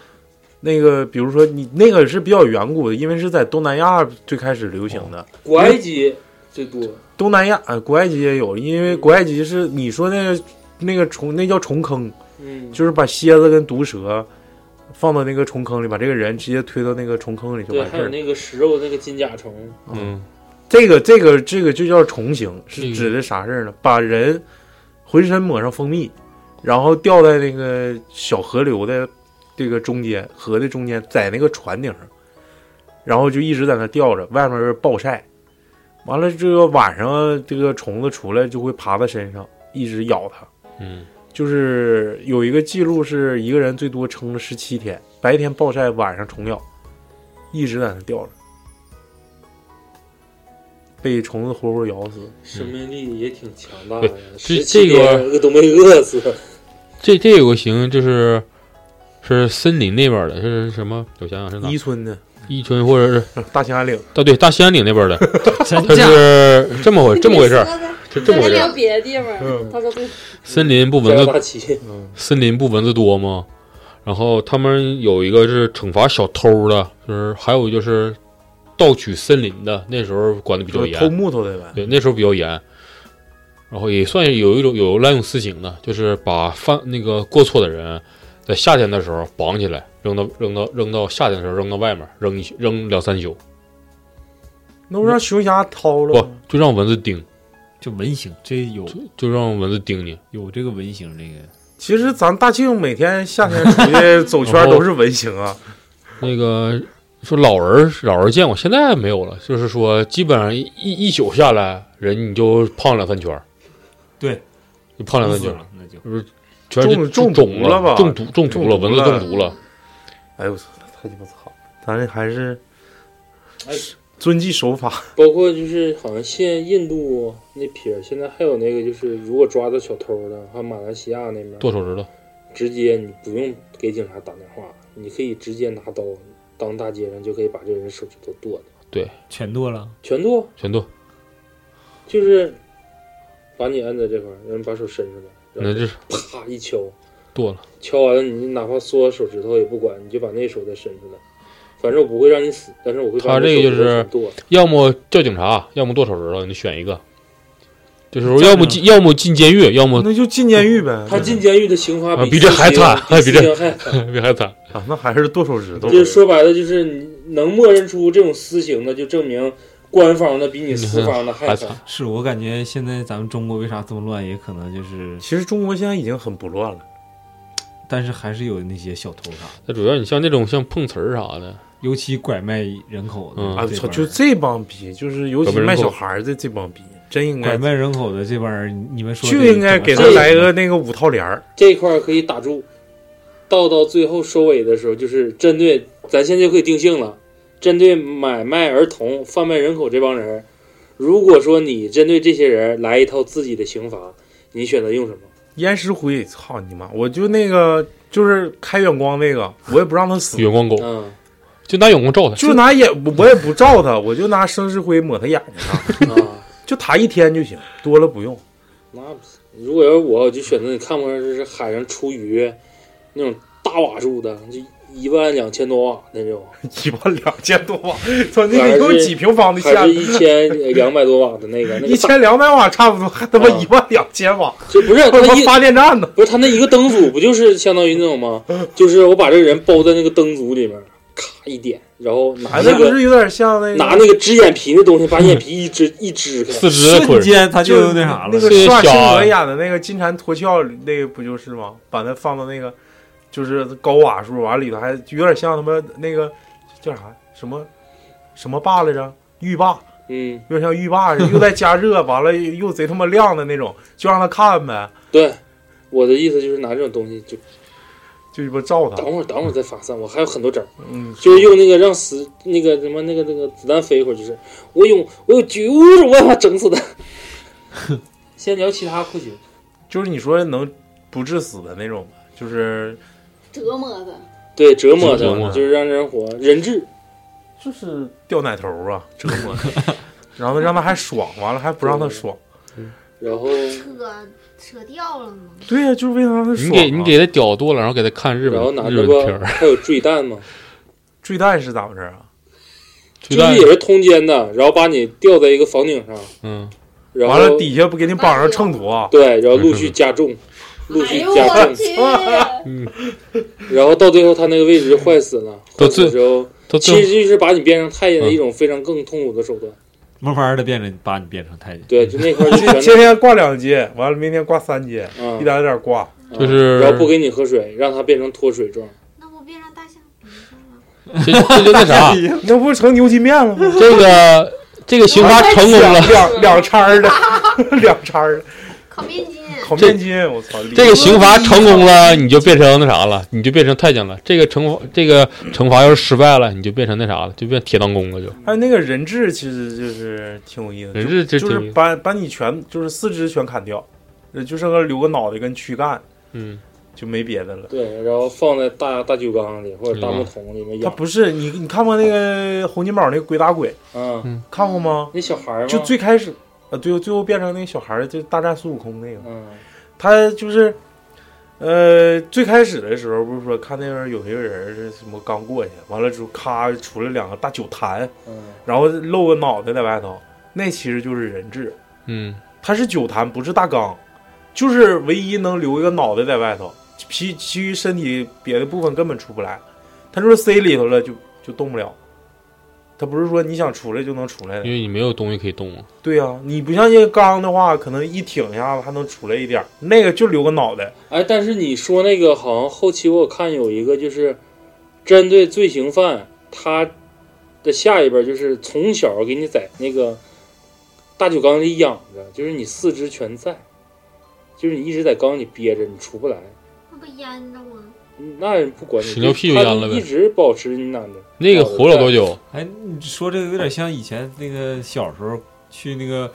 那个比如说你那个是比较远古的，因为是在东南亚最开始流行的。古埃及最多，东南亚、呃古埃及也有，因为古埃及是你说那个那个虫，那叫虫坑，嗯，就是把蝎子跟毒蛇放到那个虫坑里，把这个人直接推到那个虫坑里就对，完还事儿了。有那个食肉那个金甲虫，嗯，这个这个这个就叫虫刑，这是个指的啥事儿呢？把人浑身抹上蜂蜜，然后吊在那个小河流的这个中间河的中间，在那个船顶上，然后就一直在那吊着，外面暴晒。完了，这个晚上这个虫子出来就会爬到身上，一直咬它。嗯，就是有一个记录是一个人最多撑了十七天，白天暴晒，晚上虫咬，一直在那吊着，被虫子活活咬死。生命力也挺强大的，这十这七个天都没饿死。这这有个型就是是森林那边儿的，就是什么？我想想是哪？伊村的伊春或者是 大兴安岭，啊，对，大兴安岭那边儿的，真它假？是这么回这么回事儿，是这么他回事儿聊。别的地方嗯儿，他说对，森林不蚊加子大旗，嗯，森林不蚊子多吗？然后他们有一个是惩罚小偷的，就是还有就是盗取森林的，那时候管的比较就是偷严，木头的呗。对，那时候比较严。然后也算是有一种有滥用私刑的，就是把犯那个过错的人，在夏天的时候绑起来，扔到扔到扔到夏天的时候扔到外面，扔一扔两三宿，那不让熊瞎掏了不吗？就让蚊子叮，就蚊型，这有就让蚊子叮你。有这个蚊型，这个其实咱大庆每天夏天出去走圈儿都是蚊型啊，那个说老人老人见过，现在没有了。就是说，基本上一一宿下来，人你就胖两三圈儿，对，就胖两毒三死圈儿，了，那就全是肿中中毒了吧中毒中毒了，中蚊毒子了中毒了。 哎呦我操，太鸡巴操！咱这还是哎遵纪守法，包括就是好像现印度那撇儿，现在还有那个就是如果抓到小偷的，还有马来西亚那边，剁手指头，直接你不用给警察打电话，你可以直接拿刀当大街上就可以把这人手指头剁了，全剁了。全剁，全剁。就是把你摁在这块儿，让你把手伸出来，然那后这是啪一敲，剁了，敲完了你哪怕缩手指头也不管，你就把那手再伸出来。反正我不会让你死，但是我会把他你这个就手指头是全剁。要么叫警察，要么剁手指头，你选一个。就是说叫要么警察进，要么进监狱，要么那就进监狱呗。他进监狱的刑罚啊比比这死还刑惨还比比这死刑还 惨。别害惨。啊，那还是剁手指头。就是说白了，就是你能默认出这种私刑的，就证明官方的比你私方的嗯还还惨惨。是我感觉现在咱们中国为啥这么乱，也可能就是，其实中国现在已经很不乱了，但是还是有那些小偷啥的，那主要你像那种像碰瓷儿啥的，尤其拐卖人口的嗯啊，这操！帮人就这帮逼，就是尤其小卖卖部小孩儿的这帮逼，真应拐该哎卖人口的这帮人，你们说就这应该怎么给他办来个那个五套帘儿。这块儿可以打住，到到最后收尾的时候，就是针对咱现在就可以定性了，针对买卖儿童、贩卖人口这帮人，如果说你针对这些人来一套自己的刑罚，你选择用什么？烟石灰，操你妈！我就那个就是开远光那个，我也不让他死，远光狗嗯，就拿远光照他，就拿眼我也不照他，我就拿生石灰抹他眼睛上，啊，就他一天就行，多了不用。那不是如果要是我，我就选择你看不上就是海上出鱼那种大瓦数的，就一万两千多瓦那种。一万两千多瓦，操，那个有几平方的还线是？一千两百多瓦的那个，那一个大千两百瓦差不多，还他妈啊一万两千瓦，这不是他他妈一发电站呢？不是他那一个灯组不就是相当于那种吗？就是我把这个人包在那个灯组里面，咔一点，然后拿啊，那那不个是有点像那个拿那个支眼皮那东西把眼皮一支一支开，四肢腿瞬儿间他就就那啥那了个？是施瓦辛小啊格演的那个《金蝉脱壳》里，那个不就是吗？把它放到那个就是高瓦数，完了里头还有点像他妈那个叫啥什么什么坝来着？浴霸，嗯，有点像浴霸似的，又在加热，完了又贼他妈亮的那种，就让他看呗，对。我的意思就是拿这种东西，啊就就鸡巴照他等。会儿等会儿再发散。我还有很多招儿，嗯，就是用那个让死那个什么那个那个子弹飞一会儿，就是我有我有九种办法 整死他。先聊其他不行，就是你说能不致死的那种吧，就是折磨他。对折磨他折啊磨，就是让人活人质。就是掉奶头啊，折磨他， 然后让他还爽，完了还不让他爽。然后，扯扯掉了吗？对呀、就是为啥让他你爽、啊？给你给他屌多了，然后给他看日本然后拿日着本片个儿，还有坠 弹嘛，坠弹是咋回事啊？就就是也是通奸的，然后把你吊在一个房顶上，嗯，然后完了底下不给你绑上秤砣，对，然后陆续 加重，陆哎续呦加我重，去！然后到最后他那个位置就坏 死了。都坏死最的时候，他其最后嗯实就是把你变成太监的一种非常更痛苦的手段。慢慢的变成把你变成太监，对，就那块儿就今 全今天挂两斤，完了明天挂三斤，啊嗯一，点一点挂。啊就是然后不给你喝水，让它变成脱水状。那不别让大象比上了。这这就那啥，那不成牛筋面 了吗？这个这个刑罚成功了，两两叉儿的， 两叉儿的烤面筋，烤面筋，我操！这个刑罚成功了，你就变成那啥了，你就变成太监了。这个惩罚，这个惩罚要是失败了，你就变成那啥了，就变铁当弓了就。还有那个人质，其实就是挺有意思的。人质就这就挺是把把你全就是四肢全砍掉，呃就剩个留个脑袋跟躯干，嗯，就没别的了。对，然后放在大大酒缸里或者大木桶里面他养不是你，你看过那个洪金宝那个鬼打鬼，啊。看过吗？那小孩儿嘛就最开始，呃，最后最后变成那个小孩儿，就大战孙悟空那个，嗯他就是，呃，最开始的时候不是说看那边儿有一个人是什么刚过去，完了之后咔出来两个大酒坛，嗯然后露个脑袋在外头，那其实就是人质，嗯，他是酒坛，不是大缸，就是唯一能留一个脑袋在外头，其其余身体别的部分根本出不来，他就是塞里头了就就动不了，他不是说你想出来就能出来的因。为你没有东西可以动啊。对呀、你不像这缸的话，可能一挺一下子还能出来一点儿，那个就留个脑袋。哎，但是你说那个好像后期我有看有一个就是针对罪行犯，他的下一辈儿就是从小给你在那个大酒缸里养着，就是你四肢全在，就是你一直在缸里憋着，你出不来，嗯那不淹着吗？那人不管你，屎尿屁就淹了呗他一直保持你 脑袋。那个活了多久？哎，你说这个有点像以前那个小时候去那个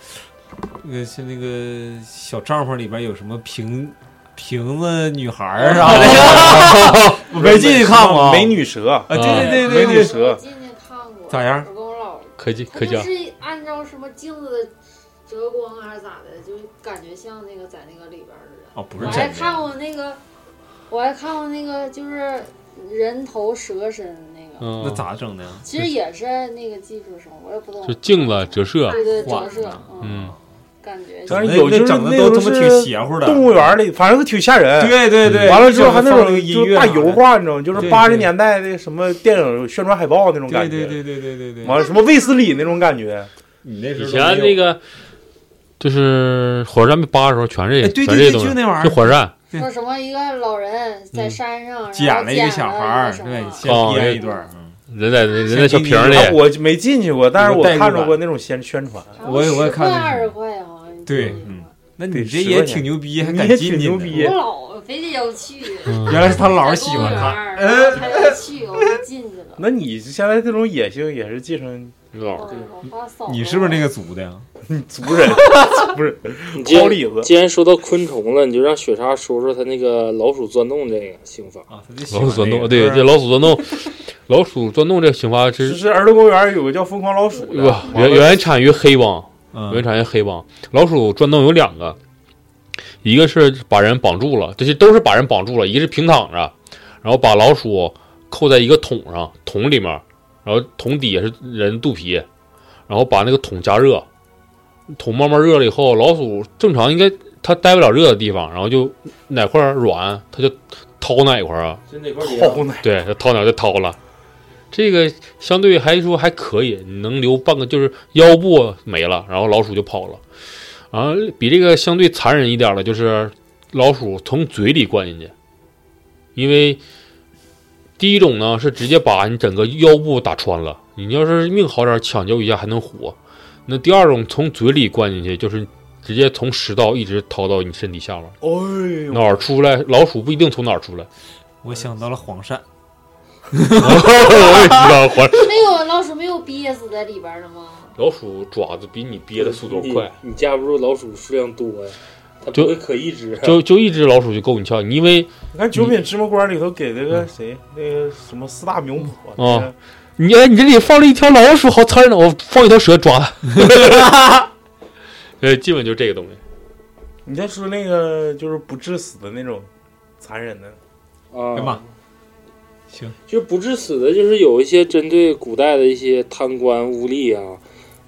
那个是那个小帐篷里边有什么瓶瓶子女孩儿啥啊 的，我没进去看过。美女蛇，啊，对对对美我对对，女蛇，进去看过，咋样我跟我姥姥，哦科技科他技就啊，是按照什么镜子的折光还是咋的，就感觉像那个在那个里边儿的人。哦，不我是还真看的，过那个，我还看过那个就是人头蛇身那个，嗯，那？咋整的呀？其实也是那个技术生，我也不懂就。镜子折射，对对，晃折射，嗯，感觉但像是有那就是整的那都种他妈是挺邪乎的，动物园里，反正挺吓人。对对对，完了之后还那放种个音就乐大啥的油，画那种，就是对八十年代的什么电影宣传海报那种对感觉。对对对对对对。完了什么卫斯理那种感觉，你那时以候前那个就是火车站被扒的时候，全是哎这对全对是这对，东就西，那玩意就儿火车站说什么一个老人嗯在山上然后捡了一个个小孩儿，什对，么先哦编那一段儿。嗯人在人在小瓶儿里啊，我没进去过，但是我代入看着感过那种宣宣传。然后我也我也10看块了二十块好像。对你记得嗯吗那对你这10也块钱挺牛逼，还你敢也进挺去牛呢逼我老非得要 去，原来是他姥儿嗯喜欢在公园看， 儿然后他要去，我就进去了。那你现在这种野性也是继承 老嗯我怕扫你是不是那个？个族的呀？族 人，不是你既包然里子。既然说到昆虫了，你就让雪莎说说她那个老鼠钻洞这个刑法。啊，他就喜老鼠欢钻这洞，个。对，是这老鼠钻洞，老鼠钻洞这个刑罚就是是儿童公园有个叫疯狂老鼠的，哇，原原产于黑帮。原嗯，产于黑帮。老鼠钻洞有两个，一个是把人绑住了，这些都是把人绑住了，一个是平躺着，然后把老鼠扣在一个桶上，桶里面，然后桶底下是人肚皮，然后把那个桶加热，桶慢慢热了以后，老鼠正常应该它待不了热的地方，然后就哪块儿软它就掏哪块儿啊，是哪块好奶对，它掏哪儿就掏了。这个相对还说还可以，你能留半个，就是腰部没了，然后老鼠就跑了。啊，比这个相对残忍一点的，就是老鼠从嘴里灌进去，因为第一种呢是直接把你整个腰部打穿了，你要是命好点儿抢救一下还能活。那第二种从嘴里灌进去，就是直接从食道一直掏到你身体下面，哎呦，哪儿出来老鼠不一定从哪儿出来，我想到了黄鳝， 我也知道，我没有老鼠没有憋死在里边儿的吗？老鼠爪子比你憋的速度快，你你架不住老鼠数量多呀，它就不会可一只。就就一只老鼠就够你撬，你因为你看《九品芝麻官》里头给那嗯个谁，那个什么四大名捕，啊哦你哎，你这里放了一条老鼠，好残忍！我放一条蛇抓 它。呃，基本就这个东西。你再说那个就是不致死的那种残忍的，啊，哎呀妈，行，就是不致死的，就是有一些针对古代的一些贪官污吏啊，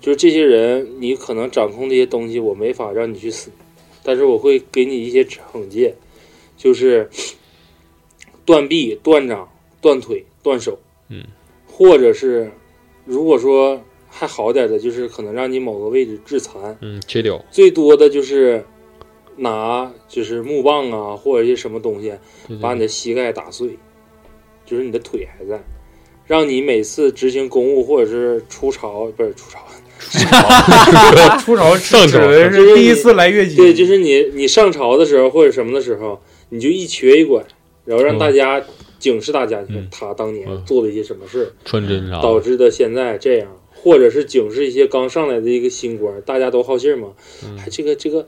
就是这些人，你可能掌控这些东西，我没法让你去死，但是我会给你一些惩戒，就是断臂、断掌、断腿、断手，嗯，或者是如果说还好点的，就是可能让你某个位置致残，嗯，切掉。最多的就是拿就是木棒啊，或者一些什么东西对对把你的膝盖打碎，就是你的腿还在，让你每次执行公务或者是出巢，不是出巢，出上潮指潮的是第一次嗯来月经，对，就是你你上朝的时候或者什么的时候，你就一瘸一拐，然后让大家警示大家，你看嗯他当年嗯做了一些什么事，穿针啥导嗯的，致的现在这样，或者是警示一些刚上来的一个新官，大家都好信儿嘛，嗯哎，这个这个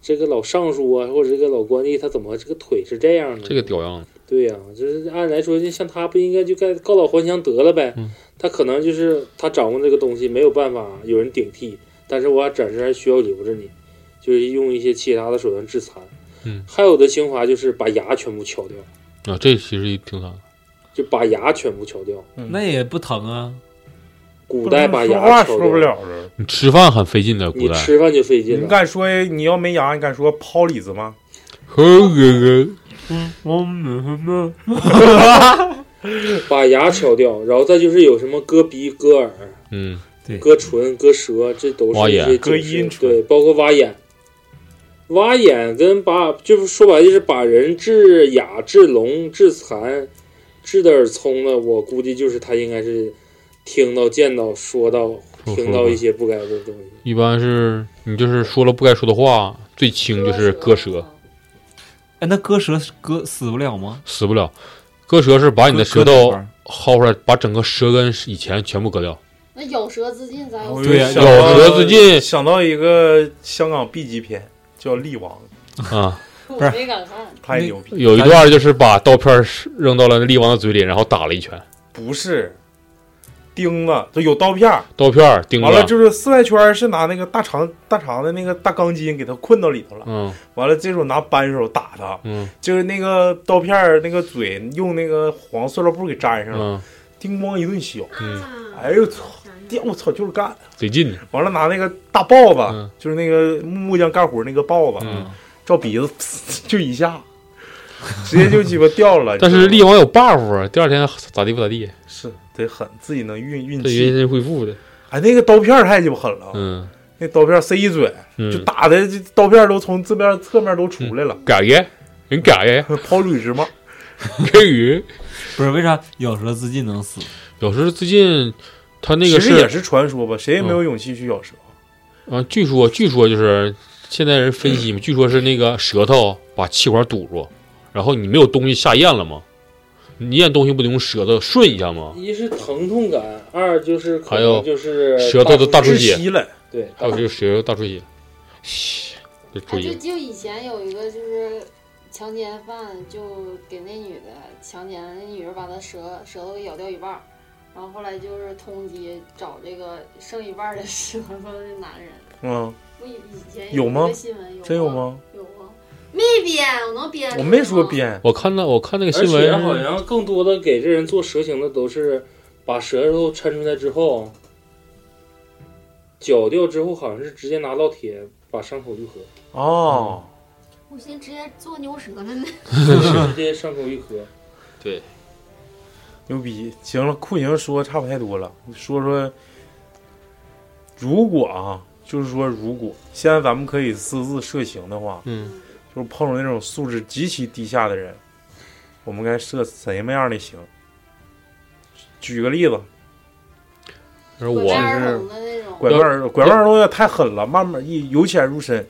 这个老尚书啊，或者这个老官吏，他怎么这个腿是这样的？这个屌样子，对呀、就是按来说，就像他不应该就该告老还乡得了呗？嗯他可能就是他掌握这个东西没有办法有人顶替，但是我暂时还需要留着你，就是用一些其他的手段致残。嗯还有的刑罚就是把牙全部敲掉，啊，这其实挺惨的，就把牙全部敲掉。那也不疼啊。古代把说牙话敲说不掉，了了。你吃饭很费劲的，古你代。吃饭就费劲你了。敢说你要没牙，你敢说抛李子吗？猴哥哥，我们把牙敲掉，然后再就是有什么割鼻、割耳、 嗯，割唇、割舌，这都挖是一眼些割警示阴唇对，包括挖眼。挖眼跟把，就是说白了就是把人治哑、治聋、治残、治的耳聪的，我估计就是他应该是听到、见到、说到、不听到一些不该的东西。一般是你就是说了不该说的话，最轻就是割舌，嗯哎，那割舌是割死不了吗？死不了。割舌是把你的舌割割哪头块儿薅出来，把整个舌根以前全部割掉。那咬舌自尽咋有？对呀想到咬舌自尽想到一个香港 B 级片叫《力王》，啊， 我不是没敢看。太牛逼。有一段就是把刀片扔到了力王的嘴里，然后打了一拳，不是钉子，就有刀片儿，刀片钉完了子。就是四外圈儿是拿那个大长大长的那个大钢筋给它困到里头了，嗯完了这手拿扳手打它，嗯就是那个刀片儿那个嘴用那个黄塑料布给粘上了，嗯，叮咣一顿削，嗯啊哎呦我操！想起呀，我操，就是干！贼劲。完了拿那个大刨子，嗯就是那个木匠干活那个刨子，嗯，照鼻子 就一下，直接就鸡巴掉了。 但是你力知道吗王有 buff，啊第二天咋地不咋地，是得狠，自己能运运这气原。先恢复的。哎，那个刀片儿太鸡巴狠了，嗯那刀片儿塞一嘴，就嗯，打的这刀片儿都从这边侧面都出来了，改呀，人改呀，抛绿植帽。给鱼。不是为啥咬舌自尽能死？有时候最近他那其个实是嗯也是传说吧，谁也没有勇气去咬蛇。啊，据说据说就是现在人分析嘛，据说是那个舌头把气管堵住，然后你没有东西下咽了吗？你咽东西不得用舌头顺一下吗？一是疼痛感，二就是可还有能就是舌头的大出出血血窒息了，对，还有就是舌头大出血，这注哎，就意就以前有一个就是强奸犯，就给那女的强奸，那女人把他舌舌头给咬掉一半儿，然后后来就是通缉找这个剩一半儿的 舌头的男人。嗯，我以以前有吗一个新闻有真有啊？吗？有啊，没编，我能编出来我吗。没说编，我看到我看那个而新且好闻，像更多的给这人做蛇形的都是把舌头抻出来之后，绞掉之后，好像是直接拿烙铁把伤口愈合，哦，我寻思直接做牛舌了呢。 直接伤口愈合。牛逼！行了，酷刑说差不太多了，你说说，如果啊，就是说如果现在咱们可以私自设刑的话，嗯，就是碰上那种素质极其低下的人，我们该设什么样的刑？举个例子，就是拐我弯儿是红的那种。拐弯儿拐弯儿都有点太狠了，慢慢一由浅入深，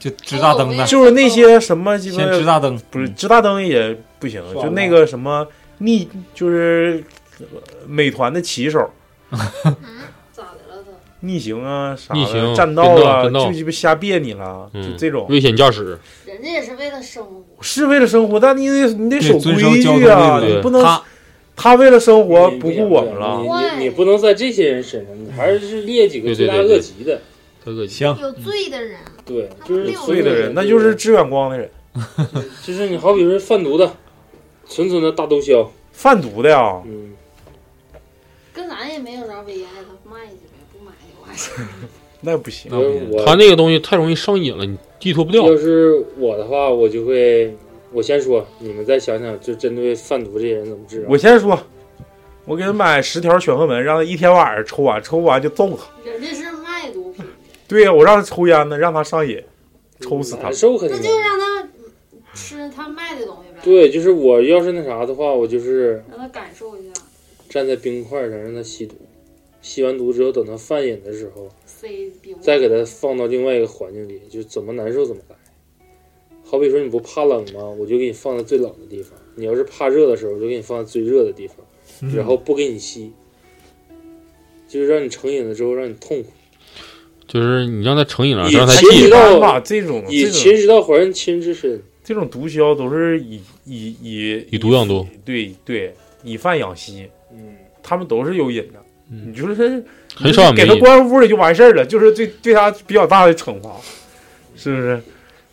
就支大灯的，就是那些什么鸡巴先支大灯，不是直大灯也不行，算了就那个什么逆就是呃美团的骑手咋的了都？逆行啊啥逆行的，占道啊，占道就鸡巴瞎别你了，嗯就这种。危险驾驶，人家也是为了生活，是为了生活，但你得你得守对遵守规交通矩啊，规则你不能他他为了生活你不顾我们了。你你你不能在这些人身上，你还是列几个罪大恶极的。大哥，行，有罪的人，对，就是有所以罪的人，那就是支远光的人，就是你好比说贩毒的，纯纯的大毒枭，贩毒的呀，嗯，跟咱也没有啥危害，他卖去呗，不买就完事儿。那不行那。不行我他那个东西太容易上瘾了，你寄托不掉。要是我的话，我就会，我先说，你们再想想，就针对贩毒这些人怎么治啊？我先说，我给他买十条选和门，让他一天晚上抽完，抽完就揍他。人家是卖毒品，对呀，我让他抽烟呢，让他上瘾，抽死他难。受肯定那就让他吃他卖的东西呗。对，就是我要是那啥的话，我就是让他感受一下，站在冰块上让它吸毒，吸完毒之后，等它犯瘾的时候，塞冰再给它放到另外一个环境里，就怎么难受怎么来。好比说你不怕冷吗？我就给你放在最冷的地方；你要是怕热的时候，我就给你放在最热的地方，嗯然后不给你吸，就是让你成瘾了之后让你痛苦。就是你让他成瘾了，以让他前戒知了。道把这种以这种秦时道还人亲之身，这种毒枭都是以以以以毒养毒，对对，以贩养吸，嗯，他们都是有瘾的。嗯你就是很少有没给他瘾。关屋里就完事儿了，就是对对他比较大的惩罚，是不是？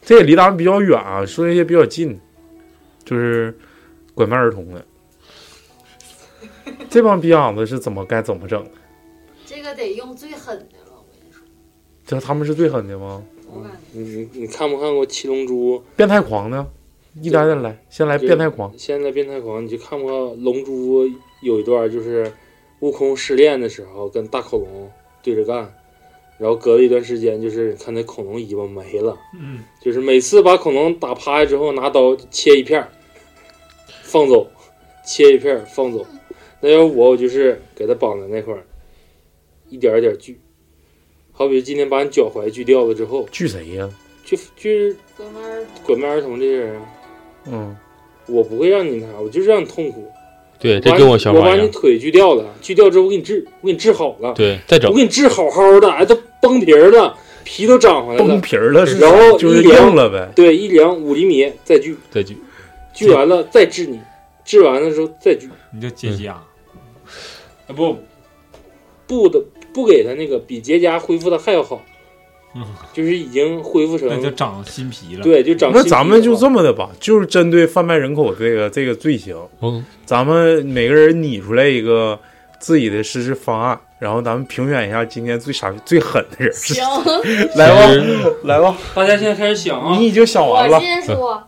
这也离咱们比较远啊，说一些比较近，就是拐卖儿 童的，这帮逼养子是怎么该怎么整的？这个得用最狠的了，我跟你说，这他们是最狠的吗？我感觉你你你看没看过《七龙珠变态狂呢？一点点来，先来变态狂》？，现在变态狂，你就看过《龙珠》有一段就是悟空失恋的时候跟大恐龙对着干，然后隔了一段时间，就是看那恐龙尾巴没了，嗯，就是每次把恐龙打趴下之后，拿刀切一片儿，放走，切一片儿放走。那要我，我就是给它绑在那块儿，一点儿一点儿锯。好比今天把你脚踝锯掉了之后，锯谁呀、就就是哥们儿拐卖儿童这些人啊，嗯，我不会让你拿，我就是让你痛苦。对，我把这你跟我想我法把一你样。腿锯掉了，锯掉之后我给你治，我给你治好了，对，再整我。给你治好好的，哎，都崩皮儿了，皮都长回来崩了。皮儿了是？然后就是一量硬了呗。对，一量五厘米再锯，再举，锯完了再治你，治完了之后再锯，你就接家，啊不，不的不给他那个比结痂恢复的还要好，嗯就是已经恢复那就成长新皮了。，对，就长那新咱皮们了就嘛这么的吧，就是针对贩卖人口这个这个罪行，嗯，咱们每个人拟出来一个自己的实施方案，然后咱们评选一下今天最傻最狠的人。行， 来其吧，实来吧，大家现在开始想啊你，已经想我完了，先说，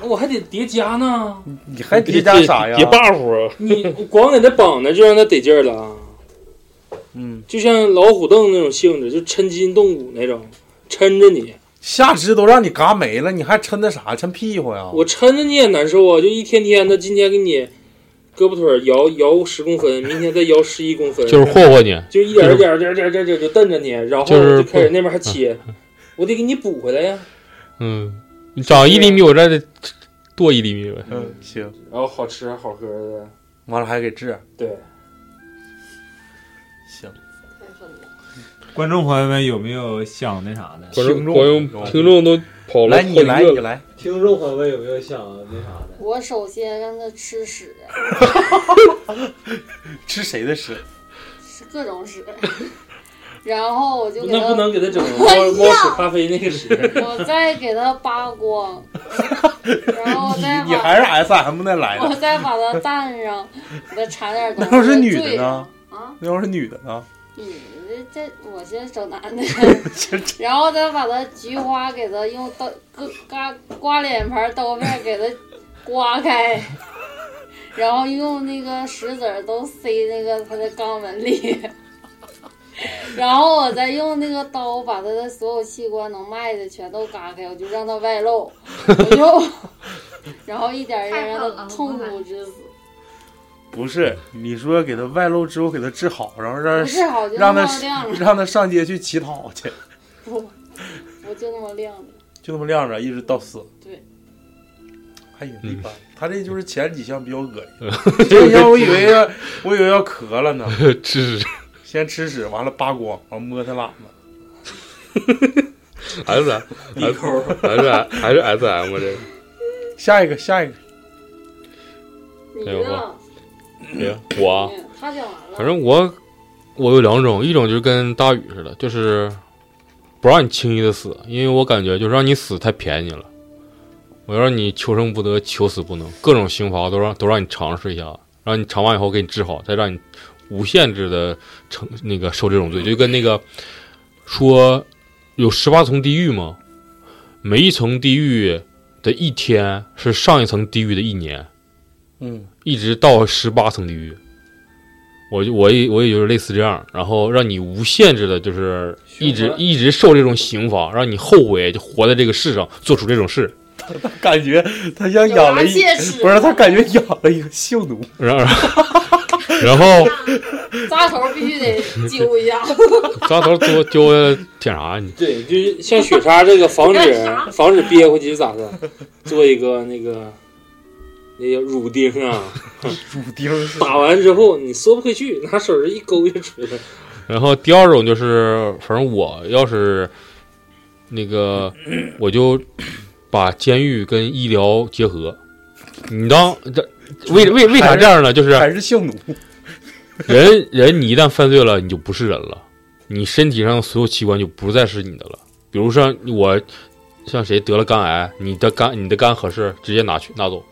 那我还得叠加 呢，你还叠加啥呀哎别？buff，你我光给他绑着就让他得劲儿了啊，嗯，就像老虎凳那种性质，就抻筋动骨那种，抻着你，下肢都让你嘎没了，你还抻那啥？抻屁股呀？我抻着你也难受啊，就一天天的，今天给你胳膊腿儿摇摇十公分，明天再摇十一公分，就是霍霍你。就一点儿一点儿一点儿一点儿一点儿一点儿就瞪着你，然后就是就开始那边还切，我得给你补回来呀。嗯，你长一厘米，我这得多一厘米呗。嗯，行， 然后好吃好喝的，完了还给治，对，行，太狠了，观众朋友们有没有想那啥的？观众听众观众听众都跑了来好几你来个你了，来，听众朋友们有没有想那啥的？我首先让他吃屎，吃谁的屎？吃各种屎， 然后我就给那不他，能给他整成猫猫屎咖啡那个 屎，我再给他扒光，然后我再 你你把还是 S M 那来我的？再把它蛋上，给它缠点东西。那要是女的呢对上？啊，那要是女的呢？女的这我先整男的，然后再把它菊花给它用刀割刮刮脸盘刀片给它刮开，然后用那个石子儿都塞那个它的肛门里。然后我再用那个刀把它的所有器官能卖的全都割开，我就让它外露，我就，然后一点儿一点儿让它痛苦致死。不是，你说给他外露之后给他治好，然后让不是好就啊那让他么晾着，让他上街去乞讨去，不，我就那么晾着。就那么晾着，一直到死。对，还行嗯一般。他这就是前几项比较恶嗯心， 前几项我以为 要我以为要咳了呢， 吃先吃屎，完了扒光，完了摸他喇子，还是一抠儿。还是还是 S M 啊这个。下一个下一个，你哎呦呢？谁呀我啊，嗯他讲完了。反正我我有两种，一种就是跟大宇似的，就是不让你轻易的死，因为我感觉就是让你死太便宜了。我要让你求生不得，求死不能，各种刑罚都让都让你尝试一下，让你尝完以后给你治好，再让你无限制的承那个受这种罪，就跟那个说有十八层地狱嘛，每一层地狱的一天是上一层地狱的一年，嗯，一直到十八层地狱。我就我也我也就是类似这样，然后让你无限制的，就是一循直环一直受这种刑罚，让你后悔就活在这个世上，做出这种事。他感觉他像养了有一啥戒尺不是他感觉养了一个性奴，然后 然后扎头必须得揪一 下，扎头多揪下来舔啥你？对，就是像雪莎这个 防干止啥防止憋回去咋的，做一个那个那叫乳钉啊，乳钉是打完之后你缩不回去，拿手一勾就出来了。然后第二种就是，反正我要是那个，我就把监狱跟医疗结合。你当这为为为啥这样呢？就是啊还是性奴？人人你一旦犯罪了，你就不是人了，你身体上的所有器官就不再是你的了。比如说我像谁得了肝癌，你的肝你的肝合适，直接拿去拿走。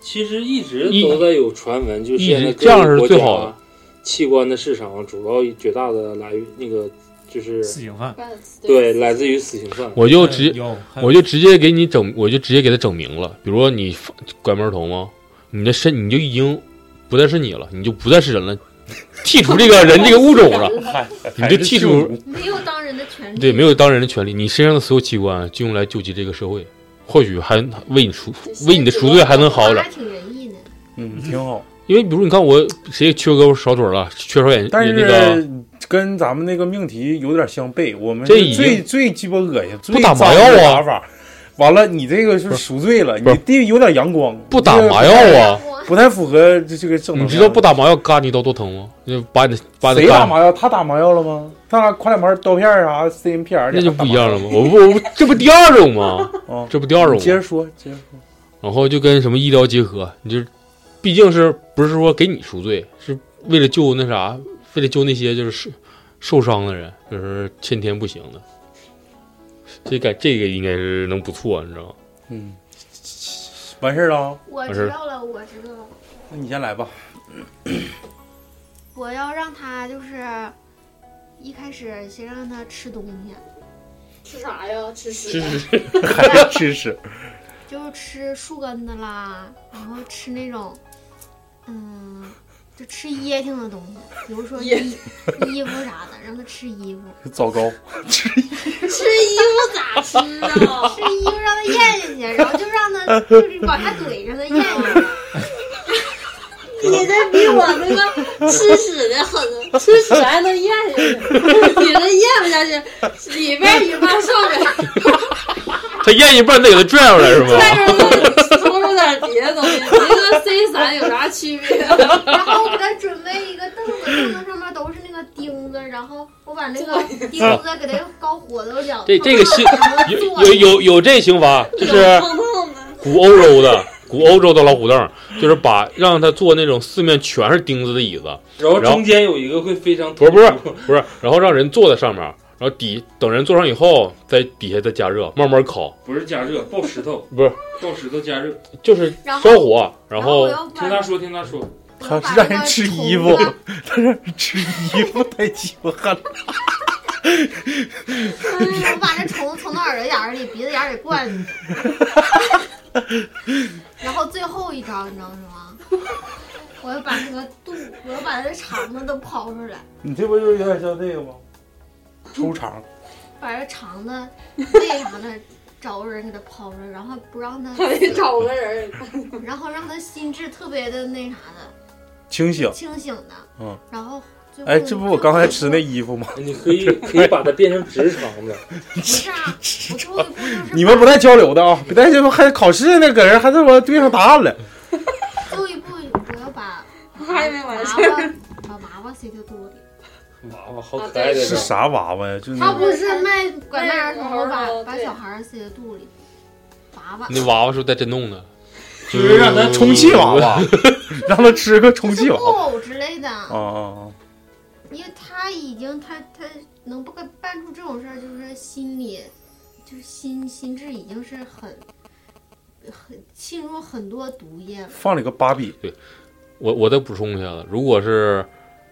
其实一直一都在有传闻，就是一现在直这样各个是国最家好的器官的市场啊主要绝大的来源那个就是死刑犯，嗯对来自于死刑犯。我就直有，我就直接给你整，我就直接给他整明了。比如说你发拐弯儿头吗？你的身你就已经不再是你了，你就不再是人了，剔除这个人这个物种了，你就剔除没有当人的权利。对没有当人的权利，你身上的所有器官就用来救济这个社会，或许还为你赎为你的赎罪还能好点还。挺仁义呢。嗯，挺好。因为比如你看我谁缺胳膊少腿儿了，缺少眼但是那个跟咱们那个命题有点相悖，我们这是已经最最鸡巴恶心，最不打麻脏的药啊打法。完了，你这个是不是赎罪了，不你是这有点阳光，不打麻你药啊。我这不太符合这这个正能你量。知道不打麻药嘎你一刀多疼吗？就把你的把你谁的打肝，麻药？他打麻药了吗？他俩快两盘刀片儿啊啥 CNPR 那就不一样了了 吗？我不我不这不第二种吗？啊。这不第二种吗？接着说，接着说。然后就跟什么医疗结合，你就是，毕竟是不是说给你赎罪，是为了救那啥，为了救那些就是受受伤的人，就是先天不行的。这感这个应该是能不错，你知道吗？嗯，完事儿了啊，我知道了，我知道了。那你先来吧。我要让他就是一开始先让他吃东西，吃啥呀？吃屎是。是还吃屎？就是吃树根子啦，然后吃那种，嗯，就吃噎挺的东西，比如说衣噎衣服啥的，让他吃衣服，糟糕，吃衣服咋吃啊？吃衣服让他咽下去，然后就让他就是往下怼，让他咽下去。 你这比我那个吃屎的狠，啊吃屎还能咽下 去，你这咽不下去，里边一半上面，他咽一半得给他拽出来是外吗？边能抽出点别的东西，你这个 C 散有啥区别？啊然后我给他准备一个凳子，凳子上面都是那个钉子，然后我把那个钉子给它搞火都两。这这个是 刑有有有有这刑罚，就是胖胖的，古欧洲的古欧洲的老虎凳，就是把让他坐那种四面全是钉子的椅子，然后然后中间有一个会非常不是不是不是，然后让人坐在上面，然后底等人坐上以后，在底下再加热，慢慢烤，不是加热爆石头，不是爆石头啊加热。就是然后烧火，然然后后我要把听他说，听他 说，他是让人吃衣服，他让人吃衣服，太鸡巴狠了。我把那虫子从他耳朵眼儿里、鼻子眼儿里灌进去。然后最后一招，你知道是什么？我要把那个肚，我要把他的肠子都刨出来，你这不就是有点像那个吗？抽肠，把这肠子那啥的找个人给他刨出来，然后不让他，还得找个人。然后让他心智特别的那啥的清醒。清醒的。嗯。然后最后哎，这不我刚才吃那衣服吗？ 你可以可以把它变成直肠子。不是 啊，我最后一步就是你们不带交流的啊！别带这不还考试呢，搁这还他妈对上答案了。最后一步我要把还没完事娃娃把娃娃塞到肚里。娃娃好可爱的是呢，啥娃娃呀？就他那不是卖拐卖儿卖童，儿把童把对小孩儿塞在肚里，娃娃。那娃娃是不是带震动的？就是让他充气娃娃， 让他吃个充气是娃木娃。偶之类的，啊啊因为他已经他他能不干办出这种事儿，就是心里就是心心智已经是很很浸入很多毒液了啊！。放了个芭比，我我再补充一下子，如果是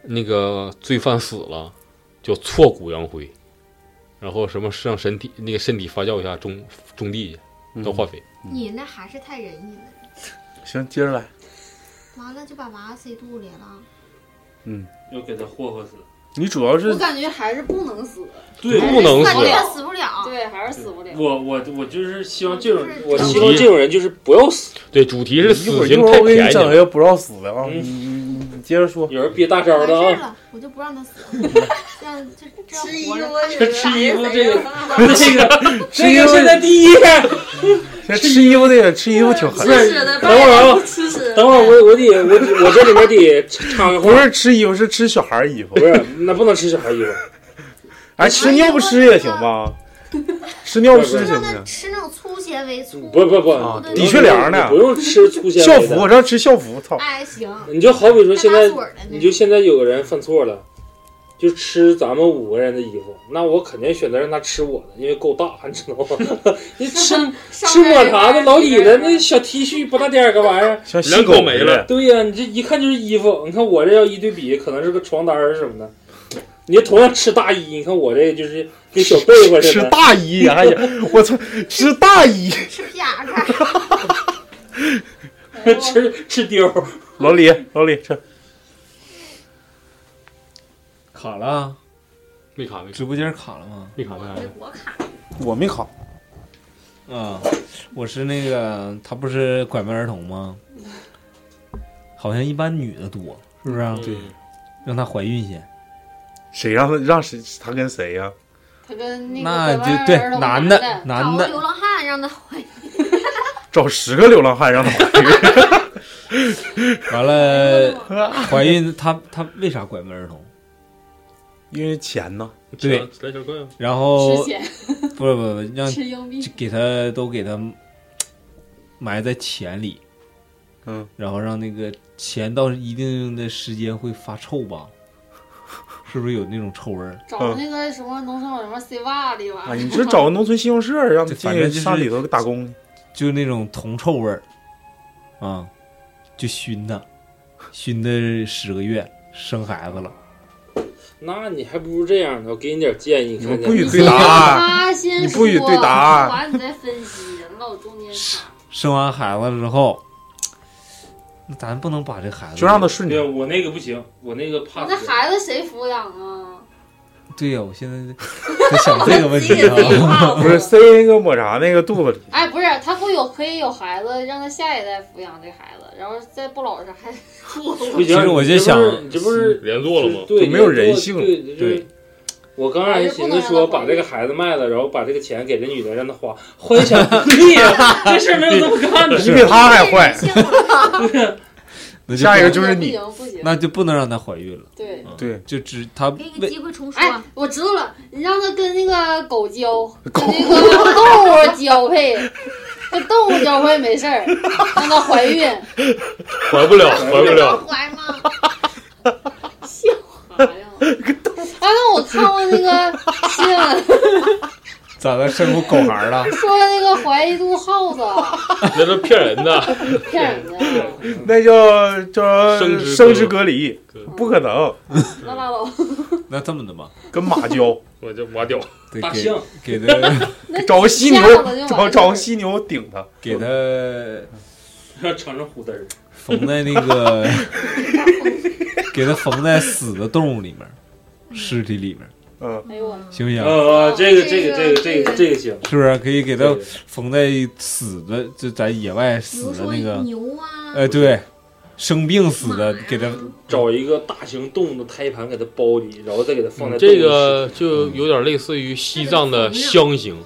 那个罪犯死了，就挫骨扬灰，然后什么是让身体那个身体发酵一下种种地去当化肥。嗯你那还是太仁义了，行，接着来。完了就把娃娃塞肚里了，又给它霍霍死。你主要我是感觉还是不能死，对不能死感觉他死不了。对，还是死不了。我我我就是希望这种就是，我希望这种人就是不要死。对，主题是一会死儿一刑会儿太我给你便宜整了，一个不让死的啊！嗯你你你接着 说，有人憋大完招事的儿啊，了，我就不让他死，让这这样吃衣活服着。觉得吃衣服还是这个贼大这个吃衣服第一。吃衣服那个吃衣服 挺狠不，是吃屎的，等会儿啊不吃屎的等会儿我我得我我这里面得插个不话，是吃衣服是吃小孩儿衣服不，是那不能吃小孩衣服，哎，吃尿不湿也行吧？吃尿不湿行让不他行？吃那种粗纤维粗，不不不，啊你的确凉呢你不用吃粗纤校维服的我。让吃校服，操！哎行，你就好比说现在带把锁的那种你就现在有个人犯错了，就吃咱们五个人的衣服，那我肯定选择让他吃我的，因为够大，你知道吗？ 你吃吃抹茶的老李的那小 T 恤不大点儿个玩意儿，像两口狗没似了的，对呀、你这一看就是衣服。你看我这要一对比，可能是个床单儿什么的。你同样吃大衣，你看我这就是跟小被窝似吃的。大衣啊还 行，我操，吃大衣！吃屁眼儿。哎呦 吃吃貂儿，老李，老李，这卡了，啊没卡没卡直播间卡了吗？没卡没卡，我卡，我没考，啊，我是那个，他不是拐卖儿童吗？好像一般女的多，是不是、啊？嗯对，让她怀孕先，谁让他让谁他跟谁呀？他跟那那个就对拐弯儿男的的那男找个的流浪汉让他怀孕。找十个流浪汉让他怀孕，完了 怀孕，她她为啥拐卖儿童？因为钱呢？对来来小哥呀，然个哦后吃钱不是不是嗯让吃硬币，给他都给他埋在钱里，嗯，然后让那个钱到一定的时间会发臭吧？是不是有那种臭味儿？找那个什么农村老什么 C 袜里吧啊，，你这找个农村信用社，让他进反正就去是嗯上里头打工去。就那种铜臭味儿，啊，就熏他，熏他十个月生孩子了，那你还不如这样呢。我给你点建议，你看们看不许你对答案，他先你说不许对答案说完你再分析，老中间差。生完孩子之后，那咱不能把这孩子就让他顺对着。我那个不行，我那个怕那死孩子谁抚养啊？对呀、我现在在在想这个 问自己给题 自己啊，怕不是死塞那个抹茶那个肚子里，哎，不是，他会有可以有孩子，让他下一代抚养这孩子，然后再不老实还不行，其实我就你这不是想你这不是连坐了吗？对，就没有人性对对对。我刚才寻思说把这个孩子卖了，然后把这个钱给这女的让她花，幻想不屁呀，这事儿没有这么干的。你比他还 坏。那 就下一不个就是不你，行不行，那就不能让她怀孕了，对。对，就只她给你为机会重说。啊哎，我知道了，你让他跟那个狗交，跟那个动物交配，跟动物交配没事儿，让它怀孕。怀不了，怀不了。怀吗？笑啥呀？哎，那我看过那个新闻，咋的生出狗孩儿 了？说那个怀一肚耗子，那是骗人的，骗人的，那叫叫生殖隔生殖隔离，不可能，那拉倒。那这么的吧，跟 马交，我就挖掉。对 大给象 给她那找个犀吓牛得就，完事找找儿个犀牛顶他，给她 要尝尝虎嘚儿，缝在那 个，给它缝在死的动物里面，尸体里面，嗯，哎呦我，行不行？呃，这个这这个个这个这个哦这个行，是不是可以给它对缝在死的，就在野外比 死如的说那个，牛啊，呃，对，生病死的，给它找一个大型动物的胎盘给它包里，然后再给它放在嗯这动物室个就有点类似于西藏的箱刑，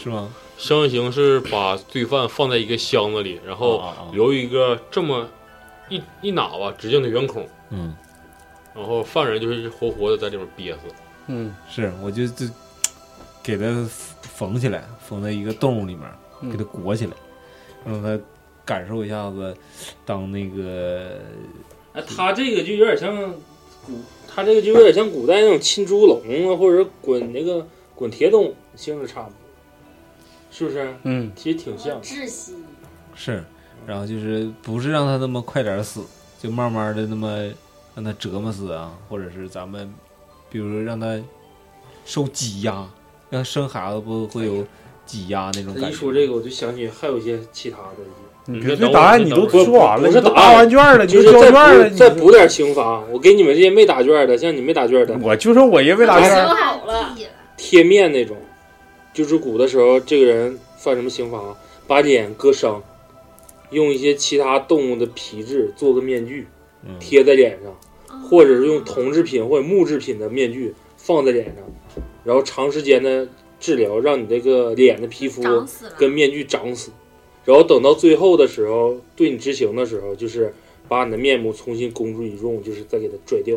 是吗？箱刑是把罪犯放在一个箱子里，然后啊，啊啊留一个这么一一喇叭直径的圆孔，嗯，然后犯人就是活活的在里面憋死。嗯，是，我就就给它缝起来，缝在一个动物里面，给它裹起来，让它感受一下子当那个哎，他这个就有点像古，他这个就有点像古代那种浸猪笼啊，或者是滚那个滚铁桶性质差不多，是不是？嗯，其实挺像的。窒息，是，然后就是不是让他那么快点儿死，就慢慢的那么让他折磨死啊，或者是咱们，比如说让他受挤压，让生孩子不会有挤压那种感他觉。一说这个，我就想起还有一些其他的一些，你你别先对等答我案你你等都我说啊完了，不你是都答答案完卷儿了，你就都是交再卷儿了，补你再补点刑罚，我给你们这些没答卷的，像你没答卷的，我就说我因为答哎卷行儿，好了自己了，贴面那种，就是古的时候，这个人犯什么刑罚，把脸割伤，用一些其他动物的皮质做个面具嗯贴在脸上，啊或者是用铜制品或者木制品的面具放在脸上，然后长时间的治疗，让你这个脸的皮肤长死了，跟面具长死，然后等到最后的时候，对你执行的时候，就是把你的面目重新公诸于众，就是再给它拽掉。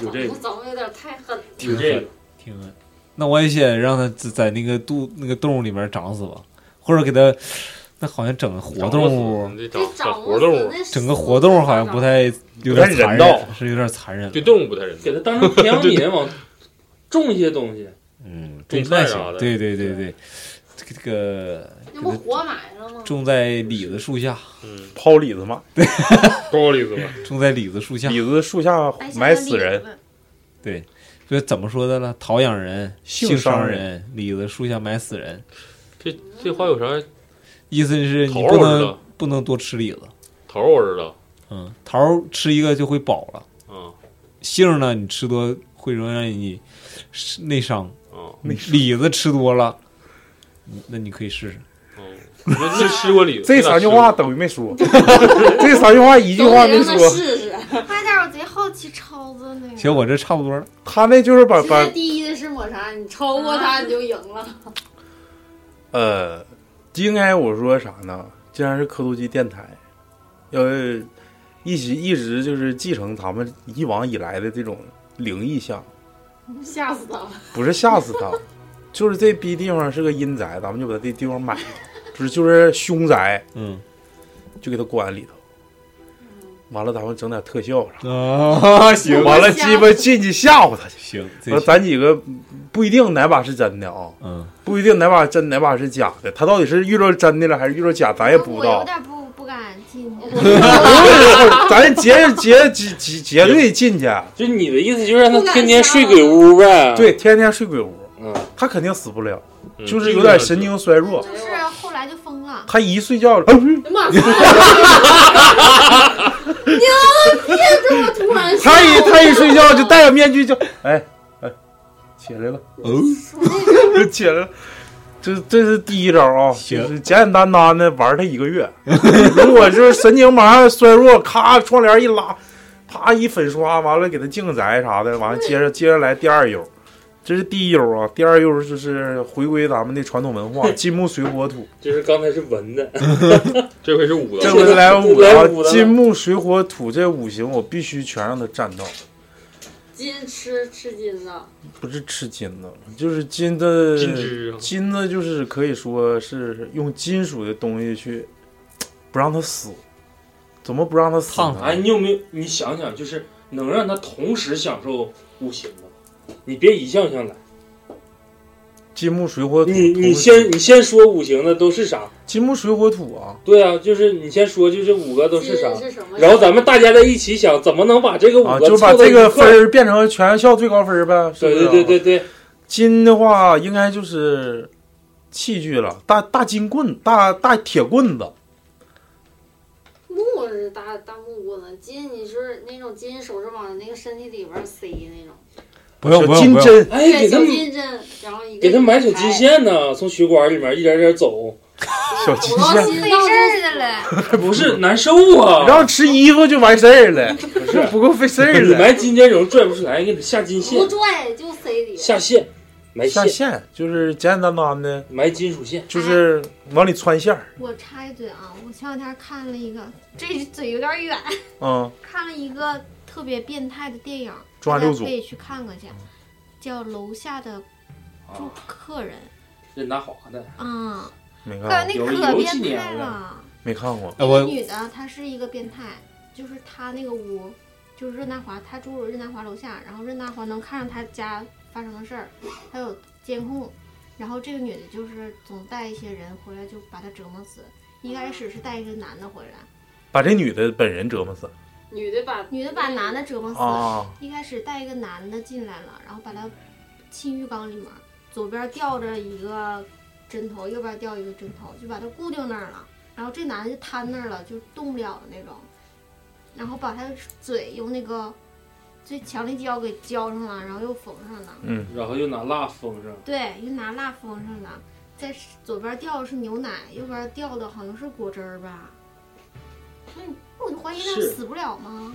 有这个咱们有点太狠了。有这个，挺狠。那我也想让它在在那个肚那个洞里面长死吧，或者给它，那好像整个活动啊物，这这找掌活动啊物，那死整个活动物好像不太有点不太残人道忍，是有点残忍了。对动物不太人道给。它当成培养皿往种一些东西，嗯，种对菜那啥的行，对对对对，这个这个那不活埋了吗？种在李子树下，嗯，抛李子嘛，高丽子嘛，种在李子树下，李子树下哎白瞎埋了死脸人，了，对，这怎么说的了？陶养人，性性伤伤人，李子树下埋死人，这这话有啥？意思是你桃不儿我知能道，不能多吃李子，桃儿我知道，嗯，桃儿吃一个就会饱了，啊杏呢你吃多会容易让你内伤，啊李子吃多了，你那你可以试试。嗯，你说没吃过李子，这三句话等于没说， 这三句话一句啊话没让他说，试试。快点儿，我贼好奇超子那个。行，我这差不多了，他那就是把现把在第一的是抹茶，你超过他你就赢了。呃，应该我说啥呢？既然是科图基电台，要一直一直就是继承咱们以往以来的这种灵异项，吓死他了！ 不是吓死他， 就是这逼地方是个阴宅，咱们就把这地方买了，不是就是凶宅，嗯就给他关里头。完了，咱们整点特效啥啊，行的，完了鸡巴进去吓唬他去。行，完这了咱几个不一定哪把是真的啊，嗯，不一定哪把真哪把是假的，他到底是遇着真的了还是遇着假，咱也不我知道有。点不不敢进去， 咱结结结结结队进去，就你的意思就是让他天天睡鬼屋呗？，对，天天睡鬼屋，嗯，他肯定死不了，嗯就是有点神。经衰弱。就是后来就疯了。他一睡觉，啊嗯哎呀妈呀！娘，别这么突然他一他一睡觉就戴个面具就，哎哎，起来了，哦， 起来了。这这是第一招啊，行就是简简单单的玩他一个月。 如果就是神经马上衰弱，咔窗帘一拉，啪一粉刷，完了给他净宅啥的，完了接着接着来第二优，这是第一优啊。第二优就是回归咱们的传统文化，金木水火土。就是刚才是闻的，这回是五这的，回来五来啊五，了金木水火土这五行我必须全让他占到，金吃吃金呐，不是吃金子，就是金子。金枝啊金子就是可以说是用金属的东西去不让它死，怎么不让它死烫呢？哎，你有没有？你想想，就是能让他同时享受五行的，你别一项项来。金木水火土，你同你时先你先说五行的都是啥？金木水火土啊，对啊，就是你先说，就这五个都金是啥？是什么？然后咱们大家在一起想，怎么能把这个五啊，个就把凑到这一个块分儿？儿变成全校最高分儿呗。是对不是对啊对对对，金的话应该就是器具了，大大金棍，大大铁棍子。木是大大木棍子，金你是那种金手指往那个身体里边塞那种，不用小不用金不用，针，哎，对，给他小们金针，然后一个给他买小金金，线呢，从血管里面一点点 走，小金走到线，心费脏事就儿死的了。了，不是难受啊。让吃衣服就完事儿了，不是，不够费事儿你了。埋金针容拽不出来，给你下金不线，拽就塞里。下线，埋下线，线就是简简单单的，埋金属线。就是往里穿线儿，我插一嘴啊，我前两天看了一个，这嘴有点远，嗯，看了一个特别变态的电影，抓大六家组可以去看看去，叫《楼下的住客人任达华的，》啊，没看感过觉那有可有几变年态了了。没看过，哎那我女的她是一个变态，就是她那个屋，就是任达华，她住任达华楼下，然后任达华能看上她家发生的事儿，还有监控。然后这个女的就是总带一些人回来，就把她折磨死。一开始是带一个男的回来，把这女的本人折磨死女的把女的把男的折磨死。啊！哦一开始带一个男的进来了，然后把他浸浴缸里面，左边吊着一个针头，右边掉一个针头，就把它固定那儿了。然后这男的就瘫那儿了，就动不了的那种。然后把他嘴用那个最强力胶给胶上了，然后又缝上了。嗯，然后又拿蜡封上，对，又拿蜡封上了。在左边掉的是牛奶，右边掉的好像是果汁儿吧？那你我就怀疑那是死不了吗？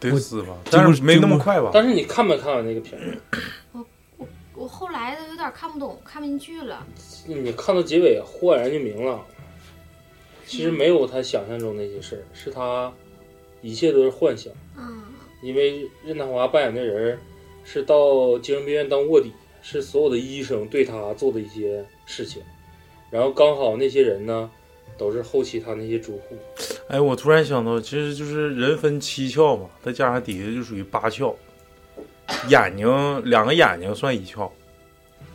得我死吧，这但不是是没这那么不快吧？但是你看没看完那个片儿？我后来的有点看不懂，看不进去了。嗯你看到结尾豁然就明朗了，其嗯实没有他想象中那些事儿，是他一切都是幻想。嗯，因为任达华扮演的人儿是到精神病院当卧底，是所有的医生对他做的一些事情，然后刚好那些人呢，都是后期他那些主户，哎，我突然想到，其实就是人分七窍嘛，再加上底下就属于八窍，眼睛两个眼睛算一窍，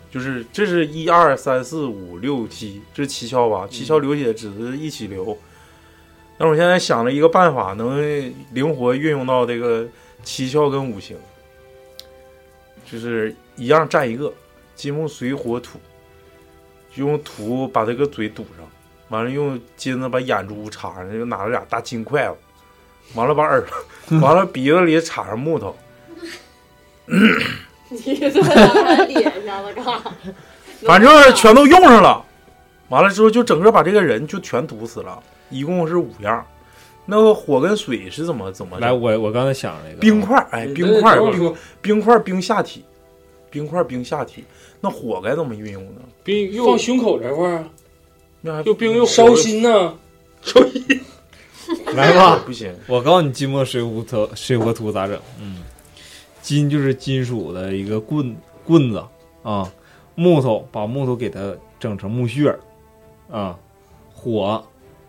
就是这是一二三四五六七，这是七窍吧？七窍流血只是一起流。但我现在想了一个办法，能灵活运用到这个七窍跟五行，就是一样占一个，金木水火土，用土把这个嘴堵上。完了用金子把眼珠插上，又拿了俩大金筷子，完了把耳， 完了鼻子里插上木头，你这拿在脸上了干啥？反正全都用上了。完了之后就整个把这个人就全毒死了，一共是五样。那个火跟水是怎么怎么来，整我我刚才想了一个冰块，哎，嗯冰块对对冰冰块冰下体，冰块冰下体。那火该怎么运用呢？冰放又胸口这块儿那还又冰又烧心呢，来吧，不行，我告诉你，金木水火土水火土咋整？嗯，金就是金属的一个棍棍子啊，木头把木头给它整成木屑儿啊，火